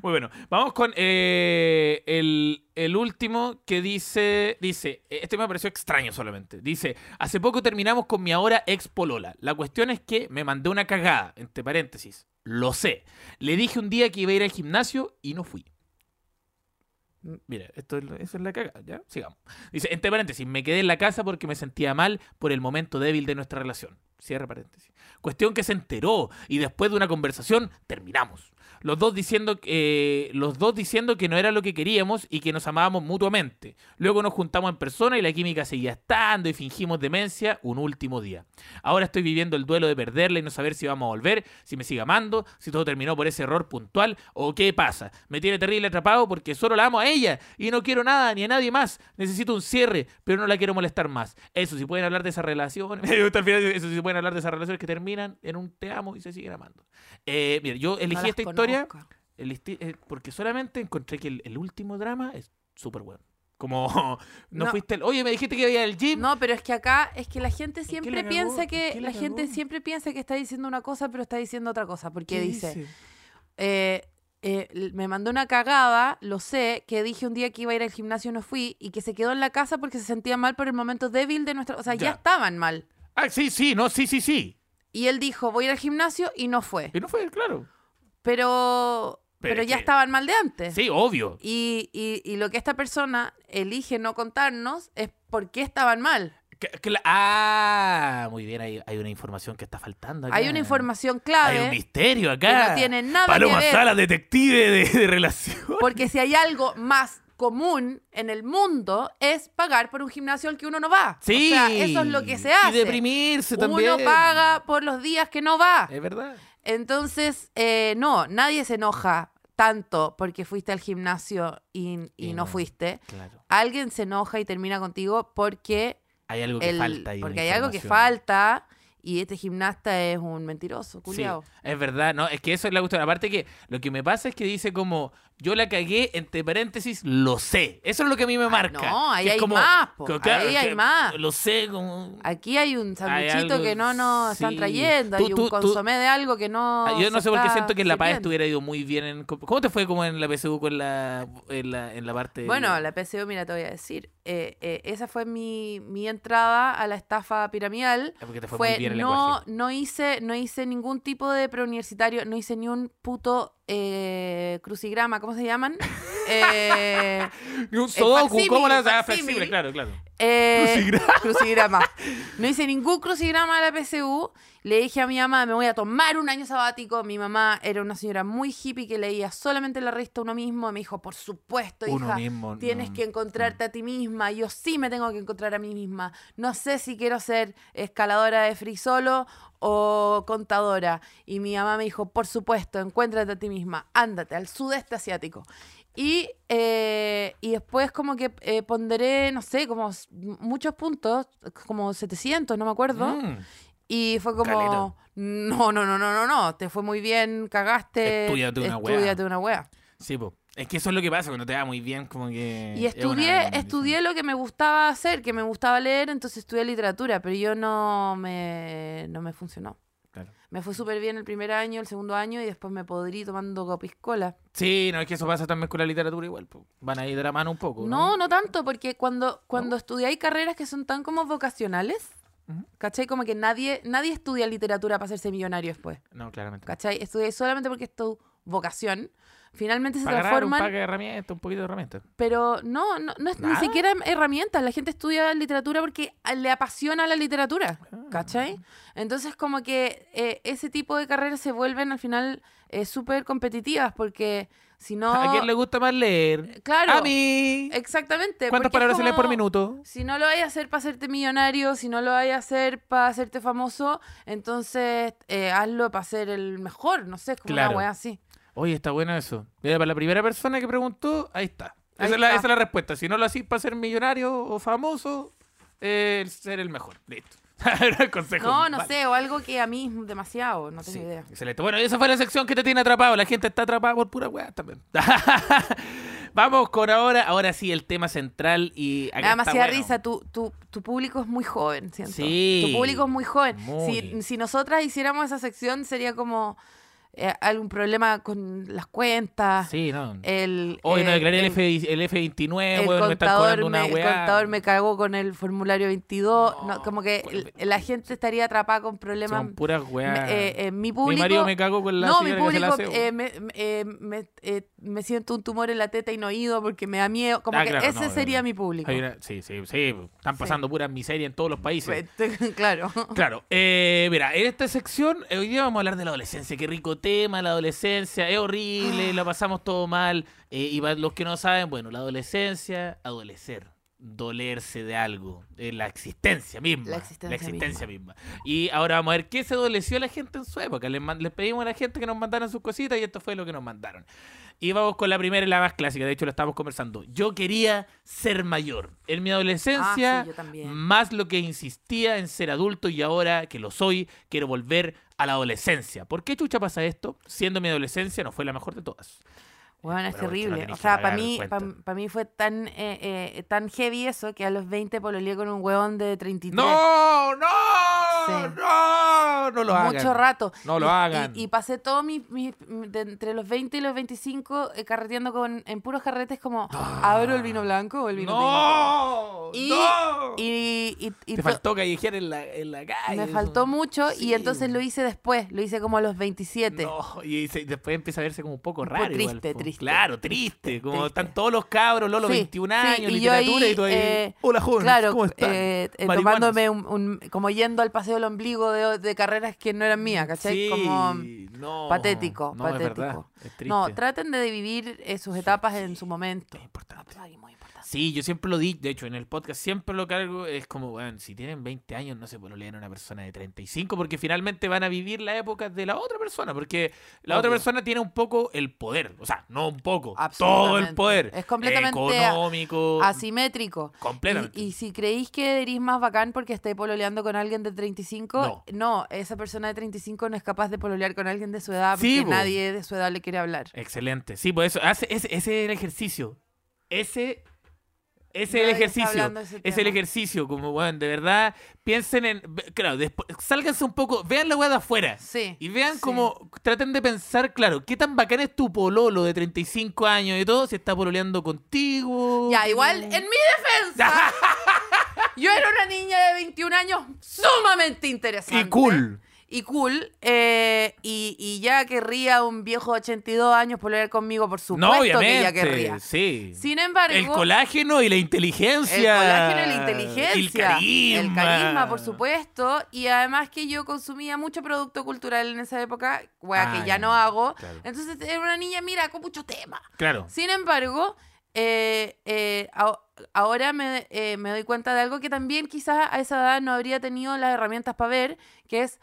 Muy bueno, vamos con eh, el, el último que dice, dice, eh, este me pareció extraño solamente, dice, hace poco terminamos con mi ahora ex Polola, la cuestión es que me mandé una cagada, entre paréntesis, lo sé, le dije un día que iba a ir al gimnasio y no fui. Mira, esto es, lo- esa es la cagada, ya, sigamos. Dice, entre paréntesis, me quedé en la casa porque me sentía mal por el momento débil de nuestra relación. Cierre paréntesis. Cuestión que se enteró y después de una conversación terminamos. Los dos, diciendo, eh, los dos diciendo que no era lo que queríamos y que nos amábamos mutuamente. Luego nos juntamos en persona y la química seguía estando y fingimos demencia un último día. Ahora estoy viviendo el duelo de perderla y no saber si vamos a volver, si me sigue amando, si todo terminó por ese error puntual o qué pasa. Me tiene terrible atrapado porque solo la amo a ella y no quiero nada ni a nadie más. Necesito un cierre, pero no la quiero molestar más. Eso, si pueden hablar de esa relación, me gusta al final, eso, si pueden hablar de esas relaciones que terminan en un te amo y se siguen amando. Eh, mira, yo elegí
las
esta historia
conozco.
elisti- eh, porque solamente encontré que el, el último drama es súper bueno. Como no,
No.
fuiste el, oye, me dijiste que iba a ir al gym.
No, pero es que acá es que la
qué
gente
la
siempre
cagó?
piensa
¿En
que
qué
la,
la
gente
cagó?
siempre piensa que está diciendo una cosa, pero está diciendo otra cosa, porque
¿Qué
dice, eh, eh, l- me mandó una cagada, lo sé, que dije un día que iba a ir al gimnasio y no fui, y que se quedó en la casa porque se sentía mal por el momento débil de nuestra... O sea, ya
Ya.
estaban mal.
Ah, sí, sí, no, sí, sí, sí.
Y él dijo, voy a ir al gimnasio y no fue.
Y no fue, claro.
Pero, pero,
Pero es
ya
que-
estaban mal de antes.
Sí, obvio.
Y, y- y lo que esta persona elige no contarnos es por qué estaban mal.
Que- que la- Ah, muy bien, hay, hay una información que está faltando. acá.
Hay una información clave.
Ah, Hay un misterio
que
acá.
no tiene nada
Paloma
que ver.
Sala, detective de, de relación.
Porque si hay algo más común en el mundo es pagar por un gimnasio al que uno no va.
Sí.
O sea, eso es lo que se
Y
hace.
deprimirse también. Eh.
Uno paga por los días que no va.
Es verdad.
Entonces, eh, no, nadie se enoja tanto porque fuiste al gimnasio y,
Y
y no
no.
fuiste.
Claro.
Alguien se enoja y termina contigo porque,
Hay algo que
el-
falta. ahí, una
porque hay algo que
información.
falta y este gimnasta es un mentiroso,
Sí,
culiao.
es verdad, no, es que eso es la cuestión. Aparte que lo que me pasa es que dice como, yo la cagué, entre paréntesis, lo sé. Eso es lo que a mí me marca.
Ah, no, ahí
Que es
hay
como-
más, po,
que, claro,
ahí hay
que
más.
Lo sé, como...
Aquí hay un
Hay
sanduchito
algo-
que no nos están
sí.
trayendo,
Tú-
hay
tú- tú-
un consomé de algo que no.
Ah, Yo no
se
sé por qué
está
siento que en La Paz
sirviendo.
estuviera ido muy bien. En, ¿Cómo te fue como en la PSU con la, en la, en la parte?
Bueno, la PCU, mira, te voy a decir. eh, eh, esa fue mi, mi entrada a la estafa piramidal.
Ah, porque te fue,
Fue,
muy bien el
no,
lenguaje.
no, hice, no hice ningún tipo de preuniversitario, no hice ni un puto eh, crucigrama, ¿cómo se llaman? Eh,
Y un sudoku,
facsímil,
¿cómo la ah,
facsímil.
flexible? Claro, claro.
Eh, crucigrama. No hice ningún crucigrama de la PSU. Le dije a mi mamá, me voy a tomar un año sabático. Mi mamá era una señora muy hippie que leía solamente la revista Uno Mismo. Me dijo, por supuesto,
Uno
hija,
mismo.
tienes
no.
que encontrarte a ti misma. Yo sí me tengo que encontrar a mí misma. No sé si quiero ser escaladora de free solo o contadora. Y mi mamá me dijo, por supuesto, encuéntrate a ti misma. Ándate al sudeste asiático. Y, eh, y después como que eh, ponderé, no sé, como s- muchos puntos, como 700, no me acuerdo.
Mm,
Y fue como,
Caleta.
no, no, no, no, no, no, te fue muy bien, cagaste.
Estúdiate una wea.
Estudiate una wea.
Sí, po. Es que eso es lo que pasa, cuando te va muy bien, como que...
Y
Eh, es una
estudié,
bendición.
estudié lo que me gustaba hacer, que me gustaba leer, entonces estudié literatura, pero yo no me, no me funcionó.
Claro.
Me fue súper bien el primer año, el segundo año y después me podrí tomando copiscola.
Sí, no, es que eso pasa también con la literatura igual. po. Van a ir de la mano un poco.
No, no tanto, porque cuando, cuando estudié hay carreras que son tan como vocacionales,
Ujú.
¿cachai? Como que nadie, nadie estudia literatura para hacerse millonario después,
No, claramente.
¿cachai? Estudié solamente porque es tu vocación. Finalmente se
Para agarrar un
transforman...
pack de herramientas, un poquito de herramientas.
Pero no, no, no es ni
Nada.
siquiera herramientas. La gente estudia literatura porque a- le apasiona la literatura, ¿cachai? Entonces como que eh, ese tipo de carreras se vuelven al final eh, súper competitivas porque si no... Eh,
¿A quién le gusta más leer?
Claro,
A mí.
exactamente.
¿Cuántas
porque es
palabras se leen por
como-
minuto?
Si no lo vayas a hacer para hacerte millonario, si no lo vayas a hacer para hacerte famoso, entonces eh, hazlo para ser el mejor, no sé, es como
Claro.
una wea así.
Oye, está bueno eso. Mira, para la primera persona que preguntó, ahí está. Esa,
Ahí
es, la,
está.
esa es la respuesta. Si no lo hacís para ser millonario o famoso, eh, el ser el mejor. Listo. Era el consejo.
No, no
Vale.
sé, o algo que a mí es demasiado, no tengo
Sí,
idea.
Excelente. Bueno, esa fue la sección que te tiene atrapado. La gente está atrapada por pura weá también. Vamos con ahora, ahora sí, el tema central y acá
Me
está
da demasiada
bueno.
risa, tu, tu, tu público es muy joven, siento.
Sí.
Tu público es muy joven. Si,
Muy.
si nosotras hiciéramos esa sección sería como eh, algún problema con las cuentas.
Sí, no.
El,
Hoy no
eh,
declaré el,
el-
F, el F29,
el
weón, me están
contador,
cobrando
me,
una
el
weá.
contador me cagó con el formulario 22. No,
No,
como que
cuál-
el- la gente estaría atrapada con problemas.
Son puras weá.
Me- eh, eh, mi
Mi
público.
marido me cago con la
no, mi
señora que hace el
público
aseo.
eh, me, me- eh, me- eh, me siento un tumor en la teta y no oído porque me da miedo. Como
Ah,
que
claro,
ese
no,
sería
no.
mi público.
Hay una- sí, sí, sí. Están pasando puras miserias en todos los países.
Pues, claro.
Claro, eh, mira, en esta sección eh, hoy día vamos a hablar de la adolescencia. Qué rico tema, la adolescencia, es
Ah.
horrible, la pasamos todo mal. Eh, y para los que no saben, bueno, la adolescencia, adolecer, dolerse de algo, eh, la existencia misma.
La existencia
existencia misma. Y ahora vamos a ver qué se adoleció la gente en su época. Les, man- les pedimos a la gente que nos mandaran sus cositas y esto fue lo que nos mandaron. Y vamos con la primera y la más clásica, de hecho lo estamos conversando. Yo quería ser mayor. En mi adolescencia...
Ah, sí, yo también.
Más lo que insistía en ser adulto y ahora que lo soy, quiero volver a la adolescencia. ¿Por qué chucha pasa esto? Siendo mi adolescencia no fue la mejor de todas.
Bueno, es
Bueno, porque no
terrible.
tenés
O
que
sea,
pagar
para mí,
cuenta.
pa, pa' mí fue tan, eh, eh, tan heavy eso que a los 20 pololeé con un hueón de 33.
¡No! ¡No!
Sí.
¡No! No lo hagan.
Mucho rato.
No lo
Y- y-
hagan.
Y, pasé todo mi, mi- de entre los 20 y los 25 eh, carreteando con, en puros carretes como, ¿abro el vino blanco o el vino
¡No!
tinto? Y-
¡No!
Y, y, y
Te
to-
faltó callejear en la, en la calle.
me faltó mucho
Sí.
y entonces lo hice después, lo hice como a los 27.
No, y se- después empieza a verse como un poco
Un poco
raro. igual,
triste,
po.
triste.
Claro, triste. como
triste.
están todos los cabros, los
Sí,
21
sí,
años,
y yo ahí,
literatura y tú ahí.
eh,
Hola, jóvenes.
Claro,
¿Cómo están?
eh, eh,
Marihuanas.
tomándome un, un- como yendo al paseo del ombligo de, de carreras que no eran mías, ¿cachai?
Sí,
Como,
no,
patético,
no, es verdad,
patético.
es triste.
no, traten de vivir eh, sus
Sí,
etapas
sí.
en su momento.
Es importante.
Ay, muy importante.
Sí, yo siempre lo di, de hecho, en el podcast siempre lo cargo, es como, bueno, si tienen 20 años no se pololean a una persona de 35 porque finalmente van a vivir la época de la otra persona, porque la otra
Obvio.
persona tiene un poco el poder, o sea, no un poco, todo el
Absolutamente.
poder.
Es completamente a-
económico,
Asimétrico.
completamente.
Y, y si creéis que eres más bacán porque estáis pololeando con alguien de 35, no. esa persona de 35 no es capaz de pololear con alguien de su edad porque
Sí, po.
nadie de su edad le quiere hablar.
Excelente. Sí, por eso, hace, ese, ese es el ejercicio. Ese, ese es el
Nadie está
ejercicio.
hablando de ese
Es el
tema.
ejercicio, como, bueno, de verdad, piensen en, ve- claro, después, sálganse un poco, vean la weá de afuera.
Sí.
Y vean
sí.
como, traten de pensar, claro, qué tan bacán es tu pololo de 35 años y todo, si está pololeando contigo.
Ya, igual, en mi defensa, yo era una niña de 21 años sumamente interesante.
Y cool.
Y cool. eh, y, y ya querría un viejo de 82 años pololear conmigo, por supuesto
No,
que
obviamente.
ya querría.
Sí.
Sin embargo,
el colágeno y la inteligencia.
El colágeno y la
Y
inteligencia.
El
El
carisma.
carisma, por supuesto. Y además que yo consumía mucho producto cultural en esa época, wea,
Ah,
que
ya,
ya no hago.
claro.
Entonces era una niña, mira, con mucho tema.
Claro.
Sin embargo, eh, eh, ao- ahora me, eh, me doy cuenta de algo que también quizás a esa edad no habría tenido las herramientas para ver, que es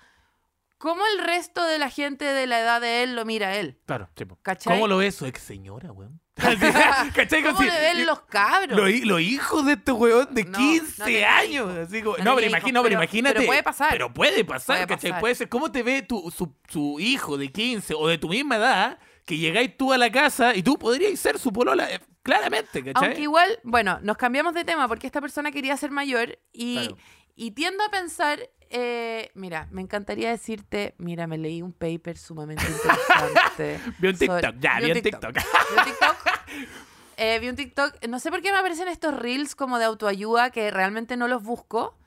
cómo el resto de la gente de la edad de él lo mira a él.
Claro, sí, po.
¿Cachai?
¿Cómo lo ve su ex señora, weón? ¿Cachai?
¿Cómo
Así,
le ven los cabros?
lo hi- los hijos de este weón de
No, no
15
tenía
años. Así como- no,
No
pero,
tenía hijos,
imagino, pero
pero-
imagínate.
pero puede pasar.
Pero puede pasar,
Puede
¿cachai?
pasar.
Puede ser. ¿Cómo te ve tu, su, su hijo de 15 o de tu misma edad que llegáis tú a la casa y tú podrías ser su polola? eh, Claramente, ¿cachai?
Aunque igual, bueno, nos cambiamos de tema porque esta persona quería ser mayor y,
Claro.
y tiendo a pensar, eh, mira, me encantaría decirte, mira, me leí un paper sumamente interesante.
Vi un
sobre-
TikTok, ya, vi un TikTok.
Vi un TikTok. Eh, vi un TikTok. No sé por qué me aparecen estos reels como de autoayuda que realmente no los busco,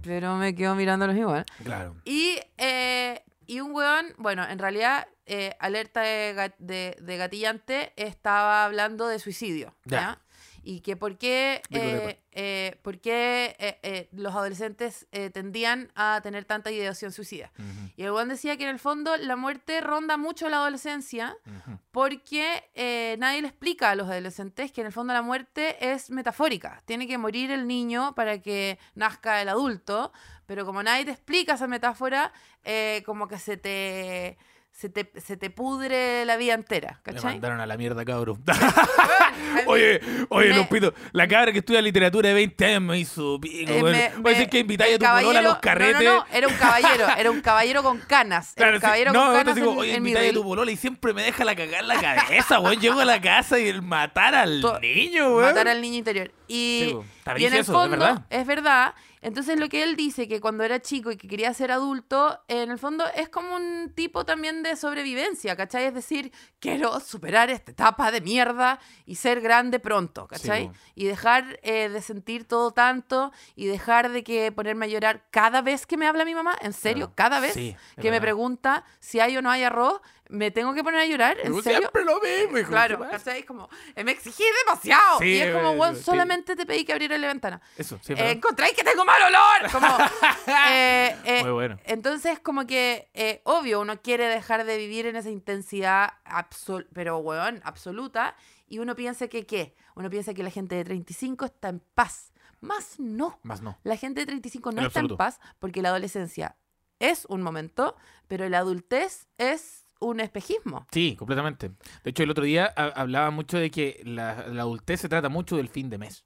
pero me quedo mirándolos igual.
Claro.
Y, eh, y un weón, bueno, en realidad, eh, alerta de, ga- de- de gatillante, estaba hablando de suicidio.
Ya.
¿ya? Y que por qué,
Digo,
eh,
epa.
eh, por qué eh, eh, los adolescentes eh, tendían a tener tanta ideación suicida. Y el weón decía que en el fondo la muerte ronda mucho la adolescencia porque eh, nadie le explica a los adolescentes que en el fondo la muerte es metafórica. Tiene que morir el niño para que nazca el adulto, pero como nadie te explica esa metáfora, eh, como que se te, se, te, se te pudre la vida entera,
Me
¿cachai?
mandaron a la mierda, cabrón.
Weón, a mí-
Oye, oye,
me-
Lupito, la cabra que estudia literatura de 20 años me hizo pico.
eh,
bueno.
me-
Voy
me-
a decir que invitáis a
el
tu polola a
caballero-
los carretes.
No, no, no, era un caballero, era un caballero con canas. era
Claro,
un
sí.
caballero
no,
con
ahorita
canas
digo,
en-
oye,
en mi
invitáis a
reel.
tu polola y siempre me deja la cagar la cabeza, weón. Llego a la casa y el matar al
To-
niño, weón.
Matar al niño interior. Y,
¿eh?" Sí, po. Está
y en
brígido
el
eso, es
fondo,
verdad.
es verdad, Entonces lo que él dice que cuando era chico y que quería ser adulto, en el fondo es como un tipo también de sobrevivencia, ¿cachai? Es decir, quiero superar esta etapa de mierda y ser grande pronto, ¿cachai?
po.
y dejar eh, de sentir todo tanto y dejar de que ponerme a llorar cada vez que me habla mi mamá, en serio,
Claro.
cada vez
Sí, es
que me
verdad.
pregunta si hay o no hay arroz, me tengo que poner a llorar, en
Pero
serio.
Siempre lo mismo, hijo.
Claro,
¿Qué pasa?
¿cachai? Como, eh, me exigí demasiado.
Sí,
y es como,
eh,
"Weón,
sí.
solamente te pedí que abriera la ventana.
Eso, sí, es
Eh,
verdad.
encontráis que tengo mal olor. Como, eh, eh,
Muy bueno.
Entonces, como que, eh, obvio, uno quiere dejar de vivir en esa intensidad, absol- pero, weón, absoluta. Y uno piensa que, ¿qué? Uno piensa que la gente de 35 está en paz. Más no.
Más no.
La gente de 35 no
En
está en
absoluto.
paz porque la adolescencia es un momento, pero la adultez es un espejismo.
Sí, completamente. De hecho, el otro día ha- hablaba mucho de que la, la adultez se trata mucho del fin de mes.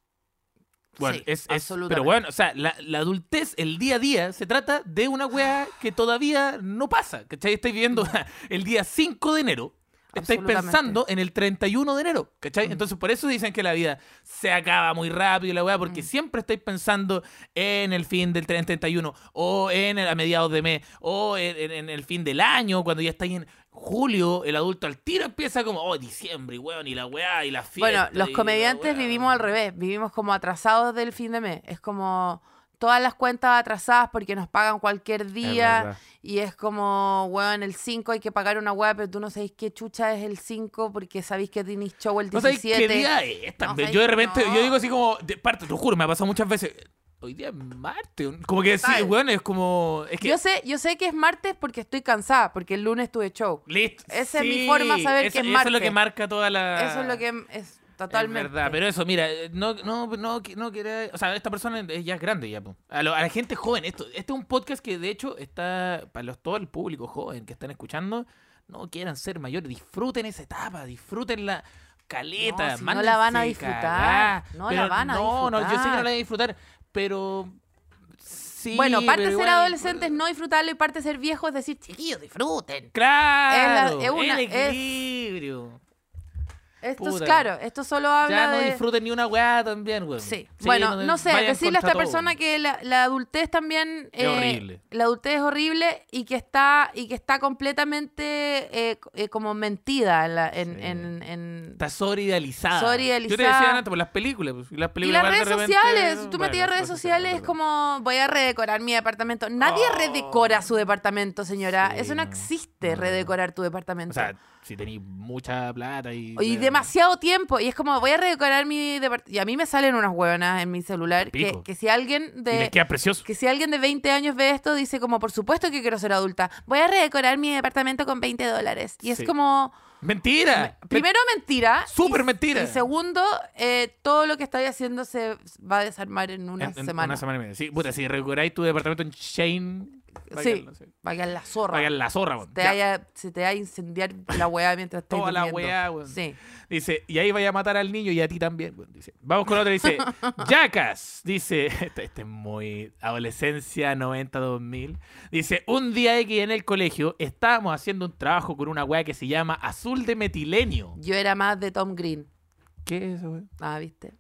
Bueno,
Sí,
es, es-
absolutamente.
pero bueno, o sea, la, la adultez, el día a día, se trata de una weá que todavía no pasa. ¿Cachai? Estáis viviendo el día 5 de enero. Estáis
Mm. Absolutamente.
pensando en el 31 de enero, ¿cachai?
Mm.
Entonces, por eso dicen que la vida se acaba muy rápido y la weá, porque
Mm.
siempre estáis pensando en el fin del 30 31, o en el- a mediados de mes, o en, en- en el fin del año, cuando ya estáis en julio, el adulto al tiro empieza como, oh, diciembre, y weón, y la weá, y la fiesta.
Bueno, los
y la weá".
comediantes vivimos al revés, vivimos como atrasados del fin de mes. Es como todas las cuentas atrasadas porque nos pagan cualquier
Es
día
verdad.
y es como, weón, el 5 hay que pagar una weá, pero tú no sabéis qué chucha es el 5 porque sabéis que tenéis show el
No sabéis
17.
qué día es también.
sabéis
yo de
que
repente,
no.
yo digo así como, de parte, te lo juro, me ha pasado muchas veces. Hoy día es martes. Como que sí,
Total.
weón, es como. Es que.
Yo sé, yo sé que es martes porque estoy cansada, porque el lunes tuve show.
listo.
esa es mi forma de saber
eso-
que es
Eso es lo
martes.
que marca toda la.
Eso es lo que es totalmente.
Ah, Es verdad, pero eso, mira, eh, no, no, no, que- no quería. O sea, esta persona es- ya es grande ya, po. A, lo- a la gente joven, esto, este es un podcast que de hecho está para los, todo el público joven que están escuchando. No quieran ser mayores, disfruten esa etapa, disfruten la caleta.
No, si no la van a
mándense
disfrutar,
cagar,
no la
pero
van a
No, no, yo sé que no la
disfrutar.
van a disfrutar, pero. Sí,
bueno, parte
pero
de ser
igual-
adolescentes no disfrutarlo y parte de ser viejo es decir, chiquillos, disfruten.
Claro,
es una-
el
es-
equilibrio.
Esto es
Puta.
claro, esto solo habla
Ya no
de...
disfruten ni una weá también, weón.
Sí. Bueno, no, sé,
vayan
decirle a
contra
esta
todo.
persona que la, la adultez también eh,
Es horrible.
La adultez es horrible y que está y que está completamente eh, co- eh, como mentida en, la- en,
Sí.
en- en-
Está sobreidealizada. Yo te
Sobreidealizada.
decía antes por las películas. pues, y las
y
películas
las
igual de
redes
repente-
sociales, si tú
bueno,
metías
las
redes sociales es
¿verdad?
como voy a redecorar mi departamento. Nadie
Oh.
redecora su departamento, señora.
Sí,
Eso no
no.
existe,
No, no, no.
redecorar tu departamento.
O sea, si tenéis mucha plata y.
y
bueno,
demasiado tiempo. Y es como, voy a redecorar mi departamento. Y a mí me salen unas hueonas en mi celular que,
Pico.
que si alguien
Y
de...
les queda precioso.
eh, Que si alguien de 20 años ve esto, dice como, por supuesto que quiero ser adulta. Voy a redecorar mi departamento con 20 dólares. Y es
Sí.
como,
¡Mentira!
primero mentira.
Súper
y-
mentira.
Y segundo, eh, todo lo que estáis haciendo se va a desarmar en
En-
una
en-
semana.
Una semana y media. Sí, puta, si recuperáis tu departamento en Shane. va a
Sí.
quedar la-
Va a quedar la
Va
zorra.
a quedar la zorra, weón.
Te
Ya.
vaya- se te va a incendiar la weá mientras estás
Toda la
durmiendo.
weá, weón.
Sí.
Dice, y ahí vaya a matar al niño y a ti también. Bueno, dice, vamos con otra, dice, Yacas, dice, este, este es muy adolescencia 90-2000. Dice, un día X en el colegio estábamos haciendo un trabajo con una weá que se llama azul de metilenio.
Yo era más de Tom Green.
¿Qué es eso, weón?
Ah, ¿viste?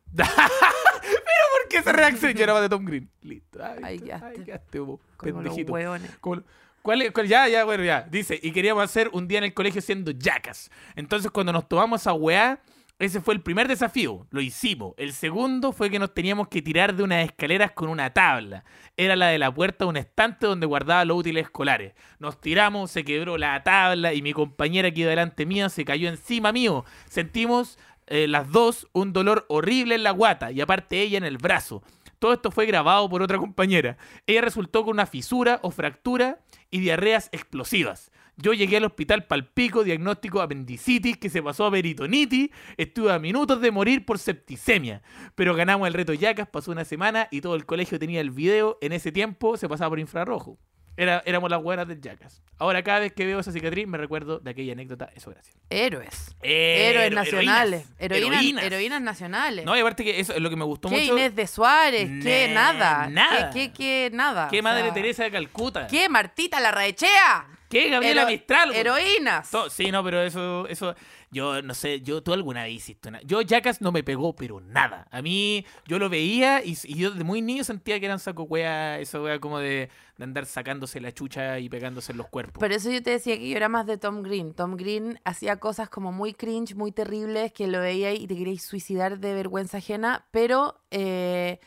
¿Por qué se reacciona? Yo era más de Tom Green. Listo.
Ahí
listo,
quedaste.
Ahí quedaste, vos,
Como los
pendejito.
hueones.
Como lo- ¿Cuál, es- cuál- ya, ya, bueno, ya. Dice, y queríamos hacer un día en el colegio siendo yacas. Entonces, cuando nos tomamos a weá, ese fue el primer desafío. Lo hicimos. El segundo fue que nos teníamos que tirar de unas escaleras con una tabla. Era la de la puerta de un estante donde guardaba los útiles escolares. Nos tiramos, se quebró la tabla y mi compañera que iba delante mía se cayó encima mío. Sentimos eh, las dos un dolor horrible en la guata y aparte ella en el brazo. Todo esto fue grabado por otra compañera. Ella resultó con una fisura o fractura y diarreas explosivas. Yo llegué al hospital palpico, diagnóstico apendicitis, que se pasó a peritonitis. Estuve a minutos de morir por septicemia. Pero ganamos el reto Yacas, pasó una semana y todo el colegio tenía el video. En ese tiempo se pasaba por infrarrojo. Era, éramos las buenas del Yacas. Ahora cada vez que veo esa cicatriz me recuerdo de aquella anécdota. Eso, gracias.
Héroes.
Hero-
Héroes
heroínas.
nacionales. Heroínas,
Heroínas.
heroínas. nacionales.
No, y aparte que eso es lo que me gustó
¿Qué
mucho.
Inés de Suárez? ¿Qué
Ne-
nada?
nada.
¿Qué, qué, qué nada?
¿Qué
O
Madre
sea,
Teresa de Calcuta?
¿Qué Martita Larraechea?
¿Qué Gabriela
Hero-
Mistral? güey?
Heroínas.
To- sí, no, pero eso, eso. Yo no sé, yo tú alguna vez hiciste una. Yo Jackass no me pegó, pero nada. A mí, yo lo veía y, y yo desde muy niño sentía que eran saco wea, esa wea como de, de andar sacándose la chucha y pegándose en los cuerpos.
Por eso yo te decía que yo era más de Tom Green. Tom Green hacía cosas como muy cringe, muy terribles, que lo veía y te queríais suicidar de vergüenza ajena, pero, eh,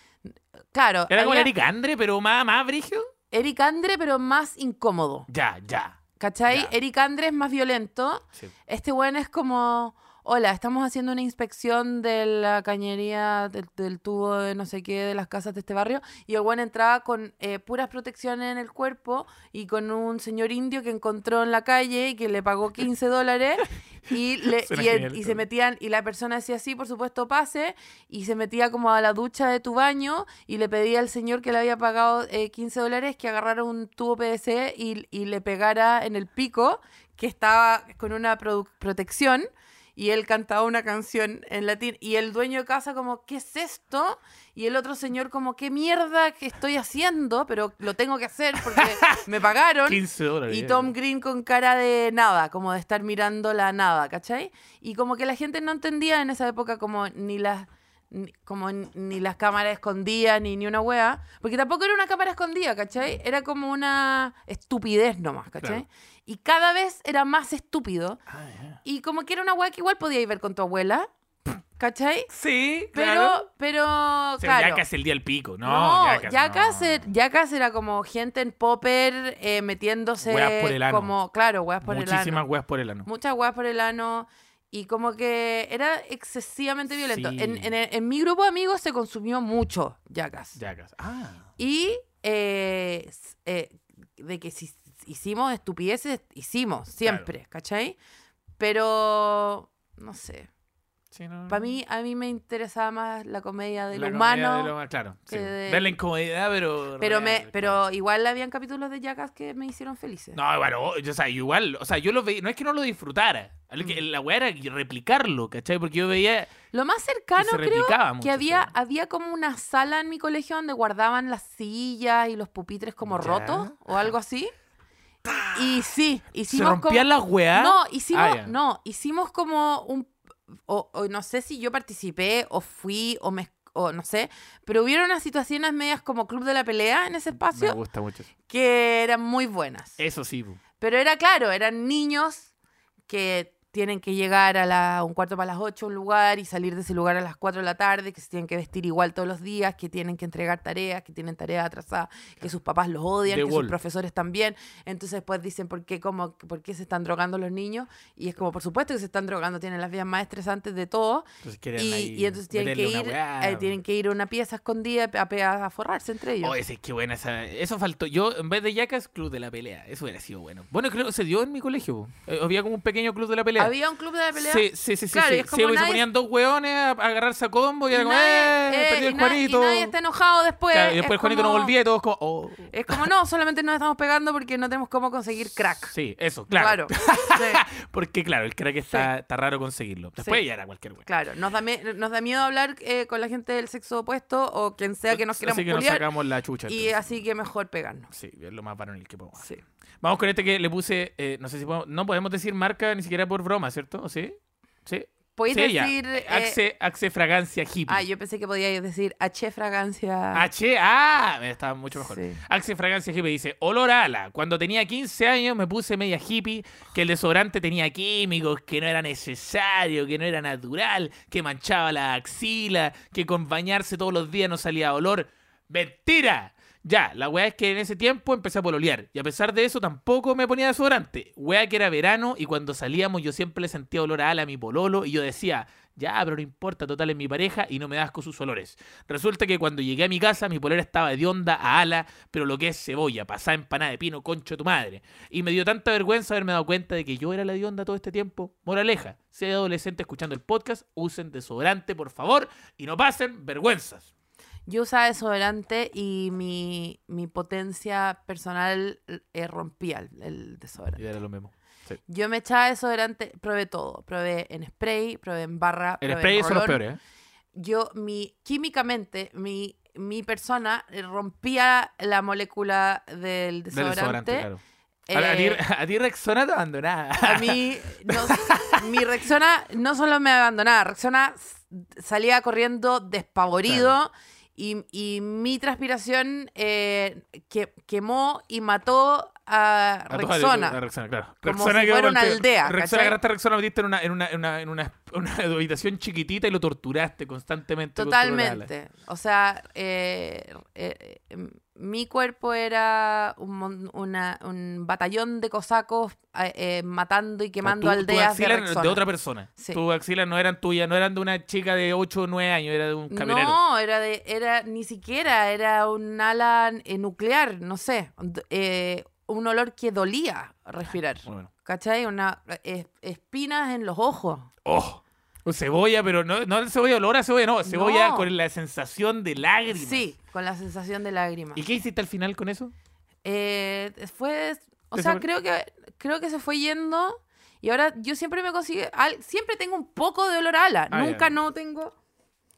claro,
Era como el
había
Eric Andre, pero más, más brigio.
Eric Andre, pero más incómodo.
Ya, ya.
¿Cachai?
Ya.
Eric Andre es más violento.
Sí.
Este weón es como, hola, estamos haciendo una inspección de la cañería, del, del tubo de no sé qué, de las casas de este barrio, y el weón entraba con eh, puras protecciones en el cuerpo y con un señor indio que encontró en la calle y que le pagó 15 dólares y, le,
Suena
y el-
genial.
y se metían, y la persona decía sí, por supuesto, pase, y se metía como a la ducha de tu baño y le pedía al señor que le había pagado eh, 15 dólares que agarrara un tubo PVC y, y le pegara en el pico que estaba con una produ- protección y él cantaba una canción en latín y el dueño de casa como, ¿qué es esto? Y el otro señor como, ¿qué mierda que estoy haciendo? Pero lo tengo que hacer porque me pagaron.
15 dólares.
Y Tom Green con cara de nada, como de estar mirando la nada, ¿cachai? Y como que la gente no entendía en esa época como ni las ni- como n- ni las cámaras escondidas ni ni una wea, porque tampoco era una cámara escondida, ¿cachai? Era como una estupidez nomás, ¿cachai?
Claro.
Y cada vez era más estúpido
Ah, ya.
y como que era una wea que igual podía ir ver con tu abuela, ¿cachai?
Sí,
Pero
claro.
pero
O sea,
claro.
Jackass el día del pico. No,
No,
Jackass,
Jackass,
no.
er- Jackass era como gente en popper eh, metiéndose
Weas por el ano.
como, claro, weas por el
Muchísimas
ano.
weas por el ano.
Muchas weas por el ano. Y como que era excesivamente violento.
Sí.
En, en- en mi grupo de amigos se consumió mucho Jackass.
Jackass. Ah.
Y eh, s- eh, de que si hicimos estupideces, hicimos, siempre, ¿cachai? Pero, no sé.
Sí, no.
Para mí, a mí me interesaba más la comedia del
La comedia
humano.
de lo- claro. sí.
que de-
Ver la incomodidad, pero.
Pero, me,
real, claro.
pero igual habían capítulos de Jackass que me hicieron felices.
No, bueno, yo, o sea, igual. O sea, yo lo veía. No es que no lo disfrutara. Lo
Mm.
que- La wea era replicarlo, ¿cachai? Porque yo veía.
Lo más cercano
se
creo
replicaba
que
mucho,
había,
sí.
había como una sala en mi colegio donde guardaban las sillas y los pupitres como
Ya.
rotos o algo así. Y sí,
¡Ah! Se
hicimos
rompían las weas.
como... No, hicimos,
Ah, ya.
no, hicimos como un... O, o no sé si yo participé o fui o me... O no sé, pero hubieron unas situaciones medias como club de la pelea en ese
Me
espacio
gusta mucho. eso.
que eran muy buenas.
Eso sí. bu.
Pero era claro, eran niños que tienen que llegar a la, un cuarto para las ocho a un lugar y salir de ese lugar a las 4 de la tarde, que se tienen que vestir igual todos los días, que tienen que entregar tareas, que tienen tareas atrasadas, que sus papás los odian,
The
que
Wall.
sus profesores también. Entonces después dicen, ¿por qué, cómo, ¿por qué se están drogando los niños? Y es como, por supuesto que se están drogando, tienen las vidas más estresantes de todo.
Entonces
Y,
quieren ahí
y entonces tienen que,
meterle
ir,
una wea.
eh, tienen que ir a una pieza escondida a, pe- a forrarse entre ellos.
Oh, ese es que buena esa. Eso faltó. Yo, en vez de Jackass, Club de la Pelea. Eso hubiera sido bueno. Bueno, creo que se dio en mi colegio. bu. Eh, Había como un pequeño Club de la Pelea.
Había un club de la pelea.
Sí, sí, sí, sí.
Claro,
sí.
y es
Sí,
como
porque se
nadie-
ponían dos hueones a, a agarrarse a combo y
Y
era como,
nadie-
¡eh!
eh,
Perdió
y
el
na-
Juanito.
Y nadie está enojado después.
Claro, y
Es
después el Juanito
como-
no volvía y todos como, oh.
Es como, no, solamente nos estamos pegando porque no tenemos cómo conseguir crack.
Sí, eso, claro.
Claro. Sí,
Porque, claro, el crack está, está raro conseguirlo. Después
Sí.
ya era cualquier hueón.
claro. Nos da, me- nos da miedo hablar eh, con la gente del sexo opuesto o quien sea que nos
Así
queramos
que nos
culiar,
sacamos la chucha.
Y
entonces.
así que mejor pegarnos.
Sí, es lo más varonil que podemos. hacer.
Sí.
Vamos con este que le puse, eh, no sé si podemos, no podemos decir marca ni siquiera por broma, ¿cierto? ¿O sí? ¿Sí?
Podéis
Sí, ya.
decir. eh,
Axe, Axe Fragancia Hippie.
Ah, yo pensé que podíais decir H fragancia.
H, ah, estaba mucho mejor.
Sí.
Axe Fragancia Hippie dice, olor a ala. Cuando tenía 15 años me puse media hippie, que el desodorante tenía químicos, que no era necesario, que no era natural, que manchaba la axila, que con bañarse todos los días no salía olor. ¡Mentira! Ya, la weá es que en ese tiempo empecé a pololear. Y a pesar de eso, tampoco me ponía desodorante. Weá que era verano y cuando salíamos yo siempre le sentía olor a ala a mi pololo y yo decía, ya, pero no importa, total es mi pareja y no me da asco sus olores. Resulta que cuando llegué a mi casa, mi polera estaba de onda a ala, pero lo que es cebolla, pasada empanada de pino, concho de tu madre. Y me dio tanta vergüenza haberme dado cuenta de que yo era la de onda todo este tiempo. Moraleja, si hay adolescente escuchando el podcast, usen desodorante, por favor, y no pasen vergüenzas.
Yo usaba desodorante y mi, mi potencia personal eh, rompía el- el desodorante.
era lo mismo.
Yo me echaba desodorante, probé todo. Probé en spray, probé en barra.
El
probé
spray
en
son los
rolón.
peores, ¿eh?
Yo, mi, químicamente, mi, mi persona eh, rompía la molécula del desodorante.
Del desodorante, claro. A, la- a ti-
Eh,
a ti Rexona te abandonada.
A mí, no- mi Rexona no solo me abandonaba, Rexona s- salía corriendo despavorido y, y mi transpiración eh, que, quemó y mató a
A tu- A
Rexona.
Rexona, claro.
Como
Rexona
si
quedó
fuera una
golpeada.
aldea, ¿cachai?
Rexona, agarraste a Rexona, metiste en una, en una, en una, en una, una habitación chiquitita y lo torturaste constantemente. con tu regala.
Totalmente. O sea, eh, eh, eh, mi cuerpo era un, mon- una- un batallón de cosacos eh, eh, matando y quemando
O sea, tu- tus
aldeas de
axilas
Rexona.
de otra persona.
Sí.
Tus axilas no eran tuyas, no eran de una chica de 8 o 9 años, era de un camionero.
No, era de, era ni siquiera, era un ala eh, nuclear, no sé, d- eh, un olor que dolía respirar,
Muy bueno.
¿cachai? Una es- espinas en los ojos.
¡Oh! O cebolla, pero no, no el cebolla, olor a cebolla, no, cebolla
No.
con la sensación de lágrimas.
Sí, con la sensación de lágrimas.
¿Y qué hiciste al final con eso?
Eh, fue, o
Te
sea,
sobre-
creo que creo que se fue yendo y ahora yo siempre me consigo, al- siempre tengo un poco de olor a ala,
Ah, ya.
nunca no tengo.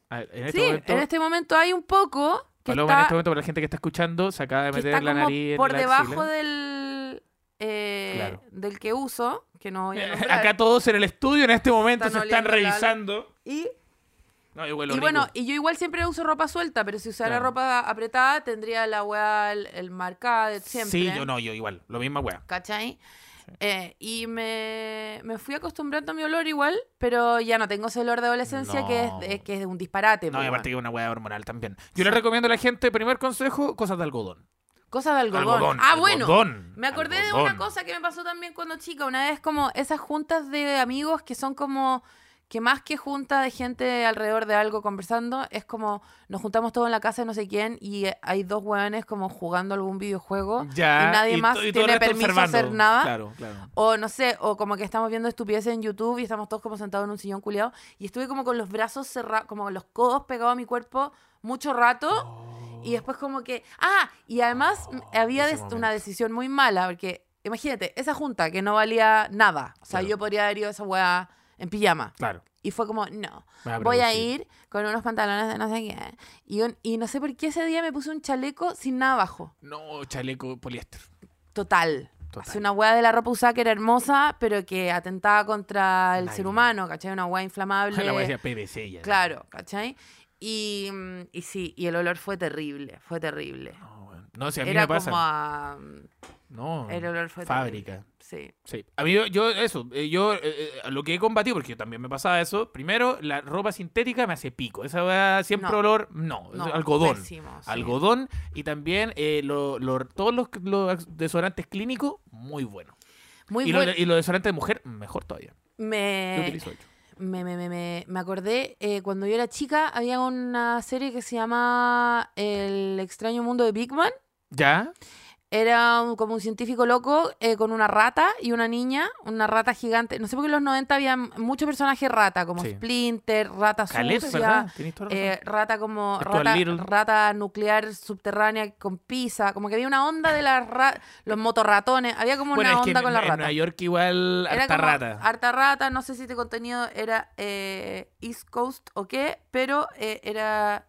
A ver, en este
sí,
momento,
en este momento hay un poco que
Paloma, en
está,
este momento, para la gente que está escuchando, se acaba de
que
meter
está
la
como
nariz en
por
la
debajo
axila.
del eh,
Claro.
del que uso, que no voy a
Eh,
nombrar.
Acá todos en el estudio en este momento
Están
se están
oliendo la-
revisando.
y,
No, yo huelo
y
rico.
bueno, y yo igual siempre uso ropa suelta, pero si usara
Claro.
ropa apretada tendría la weá, el, el marcado siempre.
Sí, yo no, yo igual. Lo misma weá.
¿Cachai? Eh, y me, me fui acostumbrando a mi olor igual, pero ya no tengo ese olor de adolescencia que, es,
No.
de- que es de un disparate.
No,
po,
y
weón.
aparte que es una weá hormonal también. Yo le recomiendo a la gente, primer consejo, cosas de algodón.
Cosas de algodón. ah, bueno. Me acordé de una
algodón.
cosa que me pasó también cuando chica. Una vez como esas juntas de amigos que son como que más que junta de gente alrededor de algo conversando, es como nos juntamos todos en la casa de no sé quién y eh, hay dos hueones como jugando algún videojuego
Ya,
y nadie
to-
más
todo el
tiene
resto
permiso a
observando.
hacer nada.
Claro, claro.
O no sé, o como que estamos viendo estupideces en YouTube y estamos todos como sentados en un sillón culiado. Y estuve como con los brazos cerrados, como con los codos pegados a mi cuerpo mucho rato. Oh. Y después como que... Ah, y además m-
Oh,
había
ese
des-
momento.
una decisión muy mala, porque imagínate, esa junta que no valía nada. O sea,
Claro.
yo podría haber ido a esa weá en pijama.
Claro. Ah,
Y fue como, no,
Me va
voy a
producir.
ir con unos pantalones de no sé qué. Y, un- y no sé por qué ese día me puse un chaleco sin nada abajo.
No, chaleco poliéster.
Total.
Total.
Hace una hueá de la ropa usada que era hermosa, pero que atentaba contra el
Ay,
ser
no.
humano, ¿cachai? Una hueá inflamable.
La weá decía PVC ya.
claro, ¿cachai? Y, mm, y sí, y el olor fue terrible, fue terrible.
No, weón. No, si a mí
Era
me pasa.
como a...
No.
El olor fue terrible.
Fábrica.
Sí.
Sí, a mí yo, yo- eso, eh, yo eh, eh, lo que he combatido, porque yo también me pasaba eso, primero la ropa sintética me hace pico, esa weá siempre
No.
olor, no, es
No,
algodón,
pésimo, sí.
algodón y también eh, lo- lo- todos los, los desodorantes clínicos, muy bueno.
Muy
y, lo-
bueno. Eh,
y los desodorantes de mujer, mejor todavía. Yo
Me,
utilizo ellos.
me, me, me, me, me acordé, eh, cuando yo era chica, había una serie que se llama El extraño mundo de Big Man.
¿Ya?
Era un- como un científico loco eh, con una rata y una niña, una rata gigante. No sé por qué en los 90 había m- muchos personajes rata, como
Sí.
Splinter, rata
Caleta,
sucia,
¿verdad? Tenés toda la razón.
eh, rata como
Stuart
rata,
Little.
rata nuclear subterránea con pizza. Como que había una onda de las ra- los motorratones. Había como
bueno,
una
es que
onda con
en,
la
en
rata.
Nueva York igual
Era
harta
como
rata.
Harta rata, no sé si este contenido era eh, East Coast o qué, pero eh, era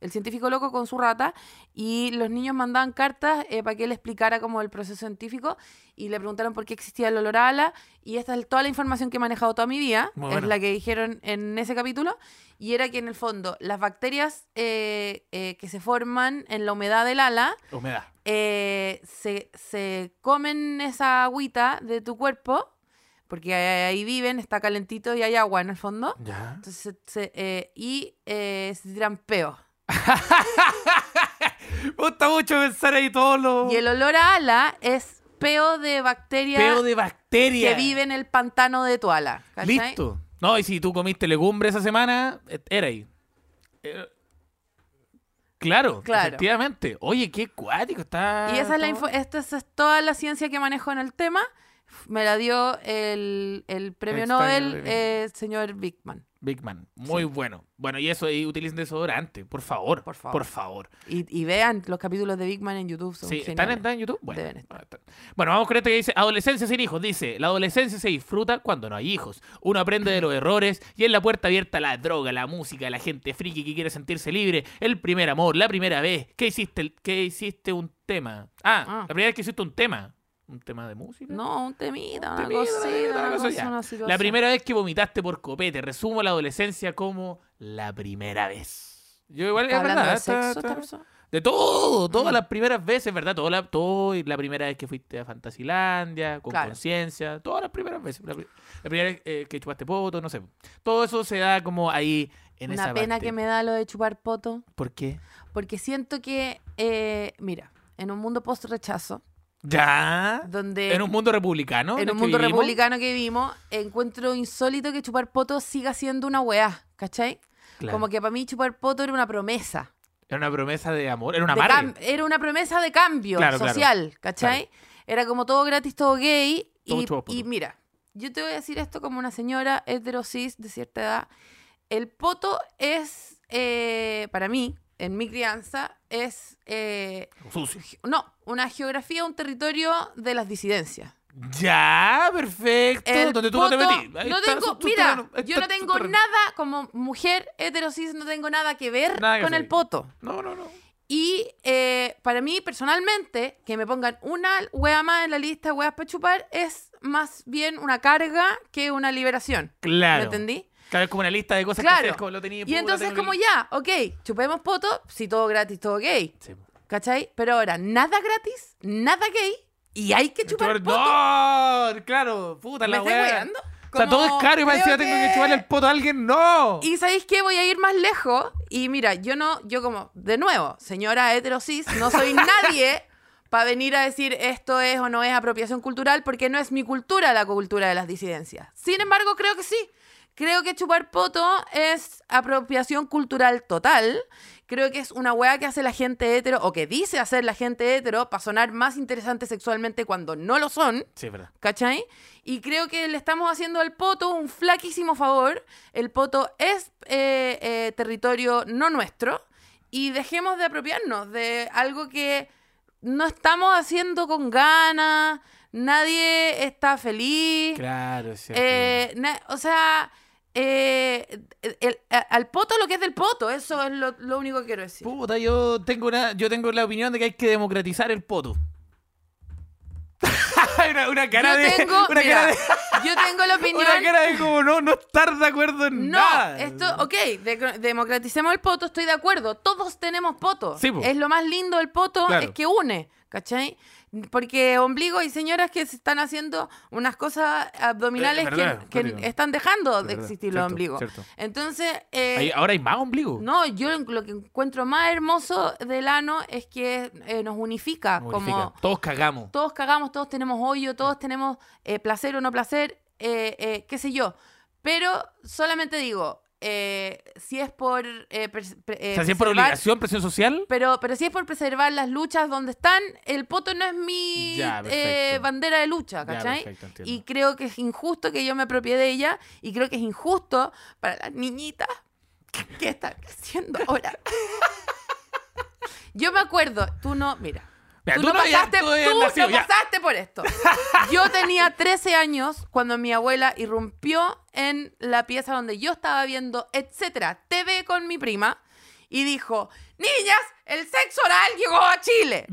el científico loco con su rata y los niños mandaban cartas eh, para que él explicara como el proceso científico y le preguntaron por qué existía el olor a ala y esta es toda la información que he manejado toda mi vida,
Muy
es
bueno.
la que dijeron en ese capítulo y era que en el fondo las bacterias eh, eh, que se forman en la humedad del ala
Humedad.
eh, se, se comen esa agüita de tu cuerpo, porque ahí, ahí viven, está calentito y hay agua en el fondo.
¿Ya?
Entonces, se- eh, y eh, se tiran peos.
Me gusta mucho pensar ahí todos los...
Y el olor a ala es peo de bacteria
Peo de bacterias.
que vive en el pantano de tu ala. ¿cachai?
Listo. No, y si tú comiste legumbre esa semana, eh, era ahí. Eh, Claro,
Claro.
efectivamente. Oye, qué cuático está.
Y esa es,
todo.
la info- esta es es toda la ciencia que manejo en el tema. Me la dio el, el premio
Extraño
Nobel,
Big Man.
eh, señor Bigman.
Big Man, muy bueno. Bueno, y eso, y utilicen desodorante, por favor. Por
Por favor.
favor.
Y, y vean los capítulos de Bigman en YouTube. Son
Sí, ¿Están
geniales.
en, están en YouTube? Bueno,
Deben estar.
ahí están. bueno, vamos con este que dice: Adolescencia sin hijos. Dice: La adolescencia se disfruta cuando no hay hijos. Uno aprende de los errores y en la puerta abierta la droga, la música, la gente friki que quiere sentirse libre, el primer amor, la primera vez que hiciste, el- que hiciste un tema. Ah,
Ah.
la primera vez que hiciste un tema. ¿Un tema de música?
No, un temita, una
temita, una temita,
cosita,
una
una
cosa, ya.
cosa, una
La
situación.
primera vez que vomitaste por copete. Resumo la adolescencia como la primera vez. Yo igual
¿Está
es
hablando
verdad. ¿eh?
de
está-
sexo esta
está-
persona?
de todo, todas
Mm.
las primeras veces, ¿verdad? Toda la, todo, y la primera vez que fuiste a Fantasilandia, con
Claro.
conciencia, todas las primeras veces. La, pri- la primera vez eh, que chupaste poto, no sé. Todo eso se da como ahí en esa
Una pena
parte.
que me da lo de chupar poto,
¿Por qué?
porque siento que, eh, mira, en un mundo post-rechazo,
¿Ya?
donde...
En un mundo republicano.
en
el
un
que
mundo
vivimos.
republicano que vivimos, encuentro insólito que chupar poto siga siendo una weá, ¿cachai?
Claro.
Como que para mí chupar poto era una promesa.
Era una promesa de amor, era una
de
amarre.
cam- Era una promesa de cambio
Claro, claro.
social, ¿cachai? Era como todo gratis, todo gay.
Todo
y,
chupa poto.
y mira, yo te voy a decir esto como una señora heterosis de cierta edad. El poto es, eh, para mí, en mi crianza, es, eh,
Sucio.
no, una geografía, un territorio de las disidencias.
Ya, perfecto.
El
Donde tú no te
poto-
metí. Ahí
no
está
tengo-
su- su
mira,
terreno, ahí
yo
está
no
su
tengo
terreno.
nada como mujer heterosis, no tengo nada que ver
Nada que
con
hacer ahí.
el poto.
No, no, no.
Y eh, para mí, personalmente, que me pongan una wea más en la lista de weas para chupar es más bien una carga que una liberación.
Claro.
¿Me entendí?
Claro, es como una lista de cosas
Claro.
que hacer, como lo tenía
Y
puta,
entonces,
tengo
como
que-
ya, ok, chupemos poto, si todo gratis, todo gay.
Sí.
¿Cachai? Pero ahora, nada gratis, nada gay, y hay que chupar
Chupar-
poto.
¡No! Claro, puta
¿Me
la
estáis
weá.
weando?
O sea, todo es
Como,
caro y más
creo
encima tengo que
que-
chuparle el poto a alguien. ¡No!
Y sabéis que voy a ir más lejos. Y mira, yo no, yo como, de nuevo, señora heterosis, no soy nadie para venir a decir esto es o no es apropiación cultural, porque no es mi cultura la cultura de las disidencias. Sin embargo, creo que sí. Creo que chupar poto es apropiación cultural total. Creo que es una weá que hace la gente hetero o que dice hacer la gente hetero para sonar más interesante sexualmente cuando no lo son.
Sí, es verdad.
¿Cachai? Y creo que le estamos haciendo al poto un flaquísimo favor. El poto es eh, eh, territorio no nuestro y dejemos de apropiarnos de algo que no estamos haciendo con ganas, nadie está feliz.
Claro, es cierto.
eh, na- o sea, eh, el- a- al poto lo que es del poto, eso es lo, lo único que quiero decir.
Puta, yo tengo una, yo tengo la opinión de que hay que democratizar el poto. una, una cara
Yo
de.
tengo,
una,
mira,
cara de
yo tengo la opinión.
una cara de como no, no estar de acuerdo en
No,
nada.
esto, ok, de- democraticemos el poto, estoy de acuerdo. Todos tenemos poto.
Sí, po.
es lo más lindo del poto,
Claro.
es que une, ¿cachai? Porque ombligo y señoras que se están haciendo unas cosas abdominales
Eh, verdad,
que, que
Rodrigo.
están dejando de
Verdad,
existir
cierto,
los ombligos.
cierto.
Entonces, eh,
Hay- ahora hay más ombligo.
no, yo lo que encuentro más hermoso del ano es que eh, nos unifica, como
Modifica. Todos cagamos.
todos cagamos, todos tenemos hoyo, todos tenemos eh, placer o no placer, eh, eh, qué sé yo. Pero solamente digo, eh, si es por... eh, pres- pre- eh,
o sea, si es por
preservar-
obligación, presión social.
Pero, pero si es por preservar las luchas donde están, el poto no es mi
Ya,
eh,
perfecto.
bandera de lucha,
Ya,
¿cachai?
perfecto, entiendo.
y creo que es injusto que yo me apropie de ella y creo que es injusto para las niñitas que están creciendo ahora. Yo me acuerdo, tú no, mira,
Mira,
tú, no
ya-
pasaste,
tú ya
tú
nacido,
no
ya.
pasaste por esto. Yo tenía 13 años cuando mi abuela irrumpió en la pieza donde yo estaba viendo, etcétera, TV con mi prima y dijo, niñas, el sexo oral llegó a Chile.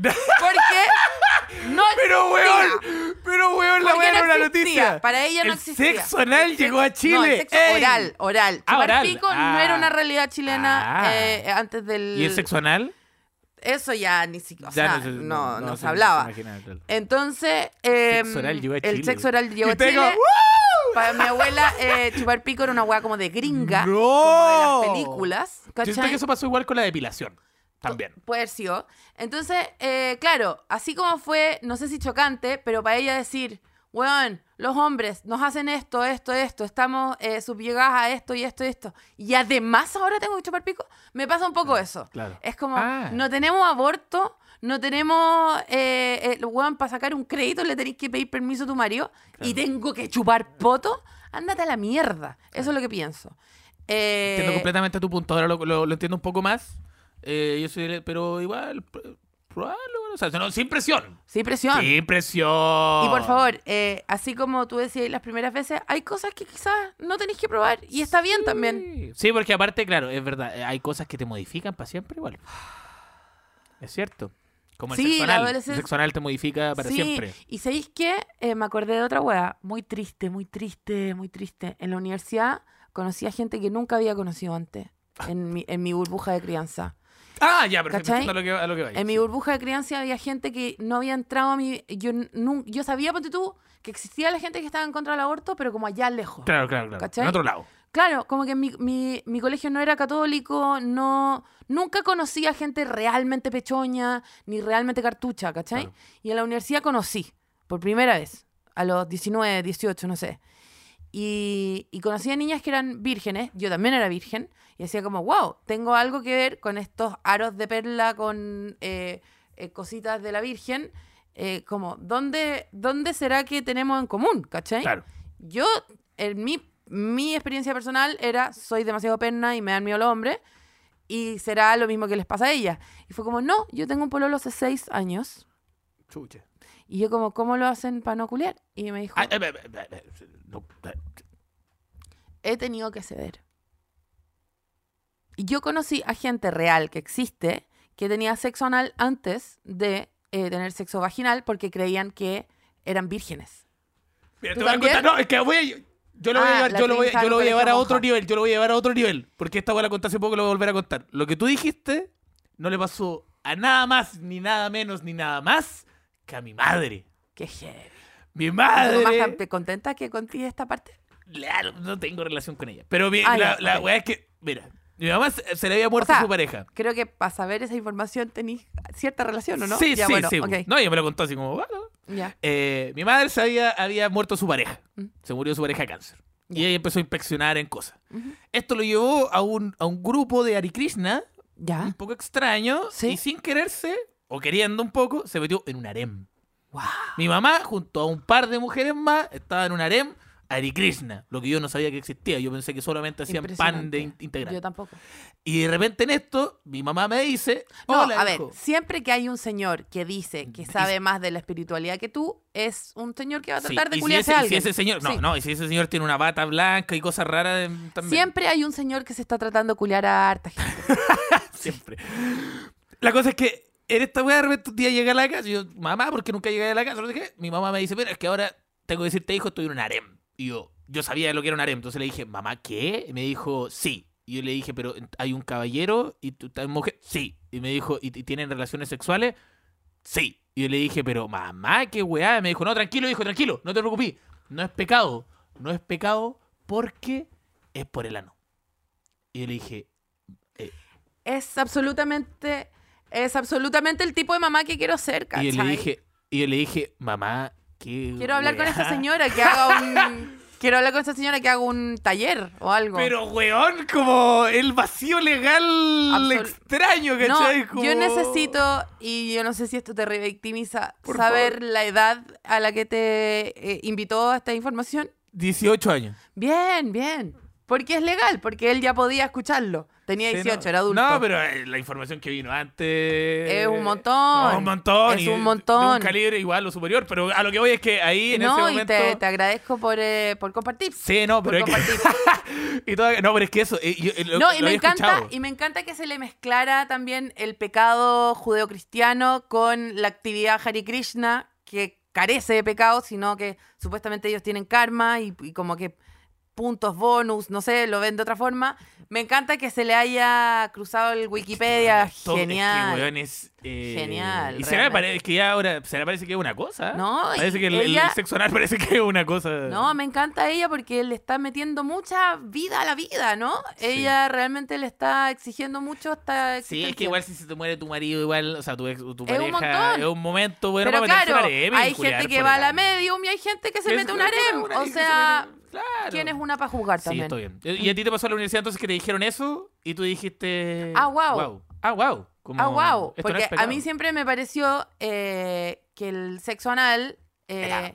Porque no
Pero weón,
existía.
pero weón, la
Porque
weón
no
era una
existía.
noticia.
Para ella no
El
existía.
sexo anal
El
llegó a
sexo- no,
Chile.
el sexo
¡Ey!
oral, oral.
Ah,
Chupar
oral.
pico no
Ah.
era una realidad chilena
Ah.
eh, antes del...
¿Y el sexo anal?
Eso ya ni siquiera, o
Ya
sea,
se-
no, no
se-
se hablaba.
se imaginaba, claro.
Entonces, em,
sexo oral llegó a Chile.
el sexo oral llegó
Y
a
usted
Chile.
como,
Para mi abuela, eh, chupar pico era una hueá como de gringa,
¡No!
como de las películas.
Yo siento
¿cachai? Eh,
que eso pasó igual con la depilación. También.
Puede haber sido. Entonces, eh, claro, así como fue, no sé si chocante, pero para ella decir, weón, los hombres nos hacen esto, esto, esto, estamos eh, subyugadas a esto y esto y esto, y además ahora tengo que chupar pico, me pasa un poco eso.
claro.
Es como,
Ah.
no tenemos aborto, no tenemos, eh, eh, weón, para sacar un crédito le tenéis que pedir permiso a tu marido y tengo que chupar poto, ándate a la mierda. Eso es lo que pienso. Eh,
Entiendo completamente tu punto. Ahora lo, lo- lo entiendo un poco más. Eh, yo soy, del- pero igual, pr- probarlo. bueno, O sea, no, sin presión.
sin presión.
Sin presión.
Y por favor, eh, así como tú decías las primeras veces, hay cosas que quizás no tenéis que probar y está bien también.
Sí. Sí, porque aparte, claro, es verdad, eh, hay cosas que te modifican para siempre igual. Es cierto. Como
Sí,
el
la
sexo anal.
adolescencia-
El sexo anal te modifica Ah, para
Sí,
siempre.
Y sabéis que me acordé de otra wea, muy triste, muy triste, muy triste. En la universidad conocí a gente que nunca había conocido antes, en mi, en mi burbuja de crianza.
Ah, ya, perfecto.
¿Cachai?
A lo que, a lo que vais.
En mi burbuja de crianza había gente que no había entrado a mi... Yo, nun- yo sabía, ponte tú, que existía la gente que estaba en contra del aborto, pero como allá lejos.
Claro, claro, claro.
¿Cachai?
En otro lado.
Claro, como que mi, mi, mi colegio no era católico, no, nunca conocí a gente realmente pechoña, ni realmente cartucha, ¿cachai?
Claro.
Y en la universidad conocí, por primera vez, a los 19, 18, no sé. Y, y conocí a niñas que eran vírgenes, yo también era virgen, y decía como, wow, tengo algo que ver con estos aros de perla, con eh, eh, cositas de la virgen, eh, como, ¿dónde, ¿dónde será que tenemos en común, ¿cachai?
Claro.
Yo, en mi, mi experiencia personal era, soy demasiado perna y me dan miedo los hombres, y será lo mismo que les pasa a ella. Y fue como, no, yo tengo un pololo hace seis años,
Chucha.
y yo como, ¿cómo lo hacen para no culiar? Y me dijo,
Ah, eh, eh, eh, eh, eh, no, eh,
he tenido que ceder. Y yo conocí a gente real que existe, que tenía sexo anal antes de eh, tener sexo vaginal, porque creían que eran vírgenes.
Mira,
¿Tú
te voy a
también?
contar- No, es que voy a- Yo lo voy a
Ah,
llevar,
la
yo lo voy,
pinza
yo lo voy a
con
llevar a
esponja.
otro nivel, yo lo voy a llevar a otro nivel. Porque esta voy la conté hace poco y lo voy a volver a contar. Lo que tú dijiste no le pasó a nada más, ni nada menos, ni nada más que a mi madre.
Qué heavy.
Mi
¿Tú más
madre.
tan- contenta que conté esta parte?
Claro, no tengo relación con ella. Pero mi-
Ah,
la,
ya,
la
ok.
weá es que, mira, mi mamá se, se le había muerto
O sea,
su pareja.
Creo que para saber esa información tenéis cierta relación, ¿o no?
Sí,
Ya,
sí,
bueno,
sí.
ok,
No, ella me lo contó así como, bueno,
ya.
Eh, mi madre se había, había muerto su pareja.
Mm.
Se murió su pareja de cáncer. Y ella empezó a inspeccionar en cosas.
Ujú.
Esto lo llevó a un, a un grupo de Hare Krishna, un
Ya.
poco extraño,
Ah. Sí.
y sin quererse, o queriendo un poco, se metió en un harem.
Wow.
Mi mamá, junto a un par de mujeres más, estaba en un harem Hare Krishna, lo que yo no sabía que existía. Yo pensé que solamente hacían pan de in-
Impresionante. Yo
integral.
tampoco.
Y de repente en esto, mi mamá me dice,
No,
hola,
a ver,
hijo".
siempre que hay un señor que dice que
Mm, Dice-
sabe más de la espiritualidad que tú, es un señor que va a
Sí,
tratar
y
de
si
culiarse
ese-
a
y si
alguien.
ese señor, no,
Sí.
no, y si ese señor tiene una bata blanca y cosas raras eh, también.
Siempre hay un señor que se está tratando de culiar a harta gente.
Siempre. La cosa es que en esta weá de repente un día llegué a la casa y yo, mamá, ¿por qué nunca llegué a la casa? No sé qué. Mi mamá me dice, mira, es que ahora tengo que decirte, hijo, estoy en un harem. Y yo, yo sabía lo que era un harem. Entonces le dije, mamá, ¿qué? Y me dijo, sí. Y yo le dije, pero ¿hay un caballero y tú estás mujer? Sí. Y me dijo, ¿y y tienen relaciones sexuales? Sí. Y yo le dije, pero mamá, qué weá. Y me dijo, no, tranquilo, hijo, tranquilo, no te preocupes. No es pecado. No es pecado porque es por el ano. Y yo le dije,
es absolutamente, es absolutamente el tipo de mamá que quiero ser, ¿cachai?
Y yo le dije, y yo le dije, mamá, qué
quiero hablar con este
weá".
esta señora que haga un... quiero hablar con esta señora que haga un taller o algo.
Pero, weón, como el vacío legal
Absol-
extraño,
No,
¿cachai? Como-
yo necesito, y yo no sé si esto te revictimiza,
Por
saber la edad a la que te eh, invitó a esta información.
18 años.
Bien, bien. Porque es legal, porque él ya podía escucharlo. Tenía
Sí,
18,
no.
era adulto.
No, pero eh, la información que vino antes.
Es
Es
un montón.
un montón.
Es
y
un
de- De
montón.
un calibre igual o superior. Pero a lo que voy es que ahí en
No,
ese
y
momento.
te, te agradezco por, eh, por compartir.
Sí, no,
por
pero es que-
compartir.
y todavía- No, pero es que eso. eh, yo, eh, lo-
no, y
lo
me
había
encanta,
escuchado.
y me encanta que se le mezclara también el pecado judeocristiano con la actividad Hare Krishna, que carece de pecado, sino que supuestamente ellos tienen karma y, y como que puntos bonus, no sé, lo ven de otra forma. Me encanta que se le haya cruzado el Wikipedia.
Todo- es que,
Genial.
weón, es, eh,
Genial,
Y se me
realmente.
parece es que ya ahora se me parece que es una cosa.
No, y
Parece que el, el
ella-
sexo anal parece que es una cosa.
No, me encanta ella porque le está metiendo mucha vida a la vida, ¿no?
Sí.
Ella realmente le está exigiendo mucho esta
Sí, es que
exigencia.
igual si se te muere tu marido, igual, o sea, tu, ex- tu
Es un
pareja,
montón.
es un momento bueno
Pero
para meterse
claro,
un harem y
hay
culiar
gente que
por
va a
el
la
ano.
medium y hay gente que se
Es-
mete un
es-
harem.
una-
O
que se
sea,
mete- claro.
tienes una para jugar
Sí,
también.
estoy bien. ¿Y a ti te pasó en la universidad entonces que te dijeron eso y tú dijiste.
Ah, guau.
guau. Ah, wow.
ah, wow. Porque a mí siempre me pareció eh, que el sexo anal. eh,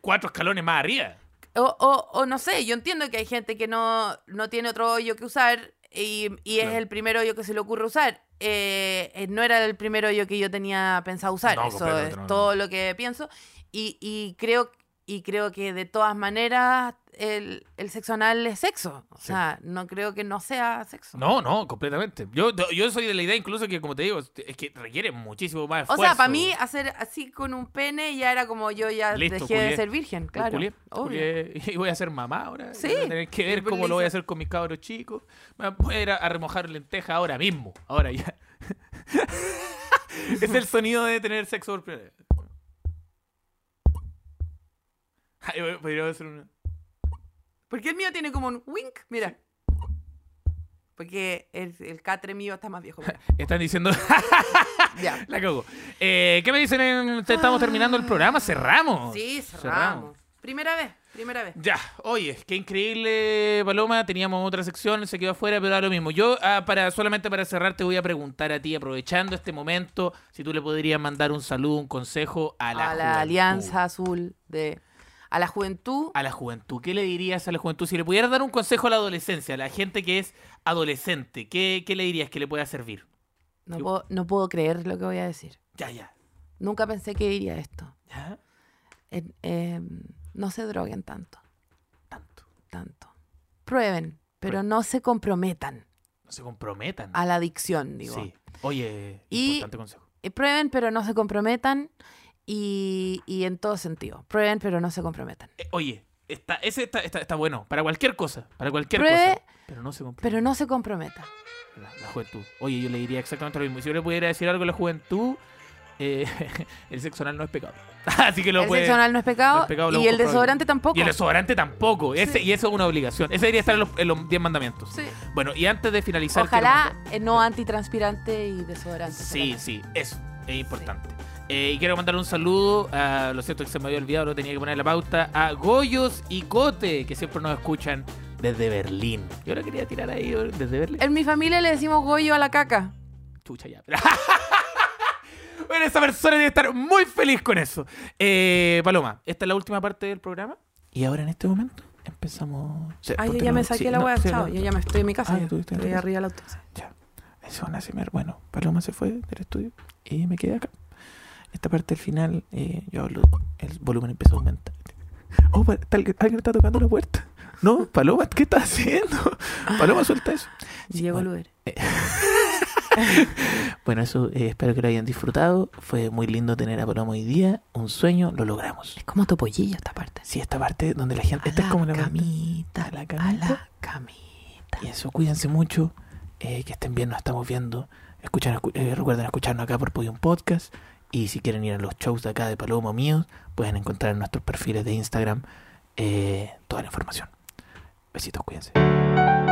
cuatro escalones más arriba.
o, o- o no sé, yo entiendo que hay gente que no, no tiene otro hoyo que usar y, y es
Claro.
el primer hoyo que se le ocurre usar. Eh, eh, no era el primer hoyo que yo tenía pensado usar.
No,
Eso
completamente,
es
no, no.
todo lo que pienso. Y, y creo, y creo que de todas maneras el, el sexo anal es sexo. O
Sí.
sea, no creo que no sea sexo.
No, no, completamente. Yo, yo soy de la idea incluso que, como te digo, es que requiere muchísimo más
O
esfuerzo.
sea, para mí hacer así con un pene ya era como yo ya
Listo,
dejé
culié.
de ser virgen, claro.
Culié,
obvio.
culié, y voy a ser mamá ahora.
Sí.
Voy a tener que ver
Pero
cómo
le
lo voy a
hice-
hacer con mis cabros chicos. Me voy a ir a, a remojar lenteja ahora mismo. Ahora ya. es el sonido de tener sexo por primera vez. Ay, voy- podría hacer una-
Porque el mío tiene como un wink, mira. Porque el, el catre mío está más viejo. mira.
Están diciendo.
ya.
la cago. Eh, ¿Qué me dicen? en- te- Estamos terminando el programa. Cerramos.
Ah, Sí, cerramos. Primera vez, primera vez.
Ya, oye, qué increíble, Paloma. Teníamos otra sección, se quedó afuera, pero da lo mismo. Yo, ah, para, solamente para cerrar, te voy a preguntar a ti, aprovechando este momento, si tú le podrías mandar un saludo, un consejo a
A
la
la,
juventud.
Alianza Azul de... A la juventud.
A la juventud. ¿Qué le dirías a la juventud? Si le pudieras dar un consejo a la adolescencia, a la gente que es adolescente, ¿qué, qué le dirías que le pueda servir?
No,
Yo-
puedo, no puedo creer lo que voy a decir.
Ya, ya.
Nunca pensé que diría esto.
Ya,
Eh, eh, no se droguen tanto,
tanto.
tanto. Prueben, pero no se comprometan
No se comprometan.
a la adicción, Ah, digo.
Ah. Sí. Oye,
Y-
importante consejo.
Eh, prueben, pero no se comprometan. Y, y en todo sentido. Prueben, pero no se comprometan.
Eh, oye, está, ese está, está, está bueno. Para cualquier cosa. Para cualquier
Pruebe,
cosa. Pero no se comprometan.
Pero no se comprometan.
La, la juventud. Oye, yo le diría exactamente lo mismo. Si yo le pudiera decir algo a la juventud, eh, el sexo anal no es pecado. Así que lo
el
puede-
sexo anal no es pecado,
no es pecado, lo
y el
comprobable.
desodorante tampoco.
Y el desodorante tampoco. Ese,
Sí.
Y eso es una obligación. Ese debería estar en los- en los 10 mandamientos.
Sí.
Bueno, y antes de finalizar... quiero
Ojalá
mandar-
eh, no antitranspirante y desodorante.
Sí,
solamente.
sí, eso es importante. Eh, y quiero mandar un saludo a, lo cierto que se me había olvidado, lo tenía que poner en la pauta, a Goyos y Cote, que siempre nos escuchan desde Berlín. Yo lo quería tirar ahí desde Berlín.
En mi familia le decimos goyo a la caca.
Chucha ya. bueno, esa persona debe estar muy feliz con eso. Eh, Paloma, esta es la última parte del programa. Y ahora en este momento empezamos. Sí,
Ah, yo
ponte
ya me
la-
saqué
sí,
la
no,
wea,
sí,
chao.
no,
Yo ya me estoy en mi casa.
Ah,
ya.
tú estás en tu
Estoy
casa.
arriba del auto. sí.
Es una cimer- Bueno, Paloma se fue del estudio y me quedé acá. Esta parte del final, eh, yo hablo, el volumen empezó a aumentar. Oh, pa- tal- alguien está tocando la puerta. No, Paloma, ¿qué estás haciendo? Paloma, suelta eso. Sí,
Llegó el
bueno.
Uber.
Bueno, eso eh, espero que lo hayan disfrutado. Fue muy lindo tener a Paloma hoy día. Un sueño, lo logramos.
Es como topollillo esta parte.
Sí, esta parte donde la gente.
A
Esta es como la parte-
camita.
a la
A
camita.
la camita.
Y eso, cuídense mucho. eh, que estén bien, nos estamos viendo. Escuchan, escu- eh, recuerden escucharnos acá por Podium Podcast. Y si quieren ir a los shows de acá de Paloma o míos, pueden encontrar en nuestros perfiles de Instagram eh, toda la información. Besitos, cuídense.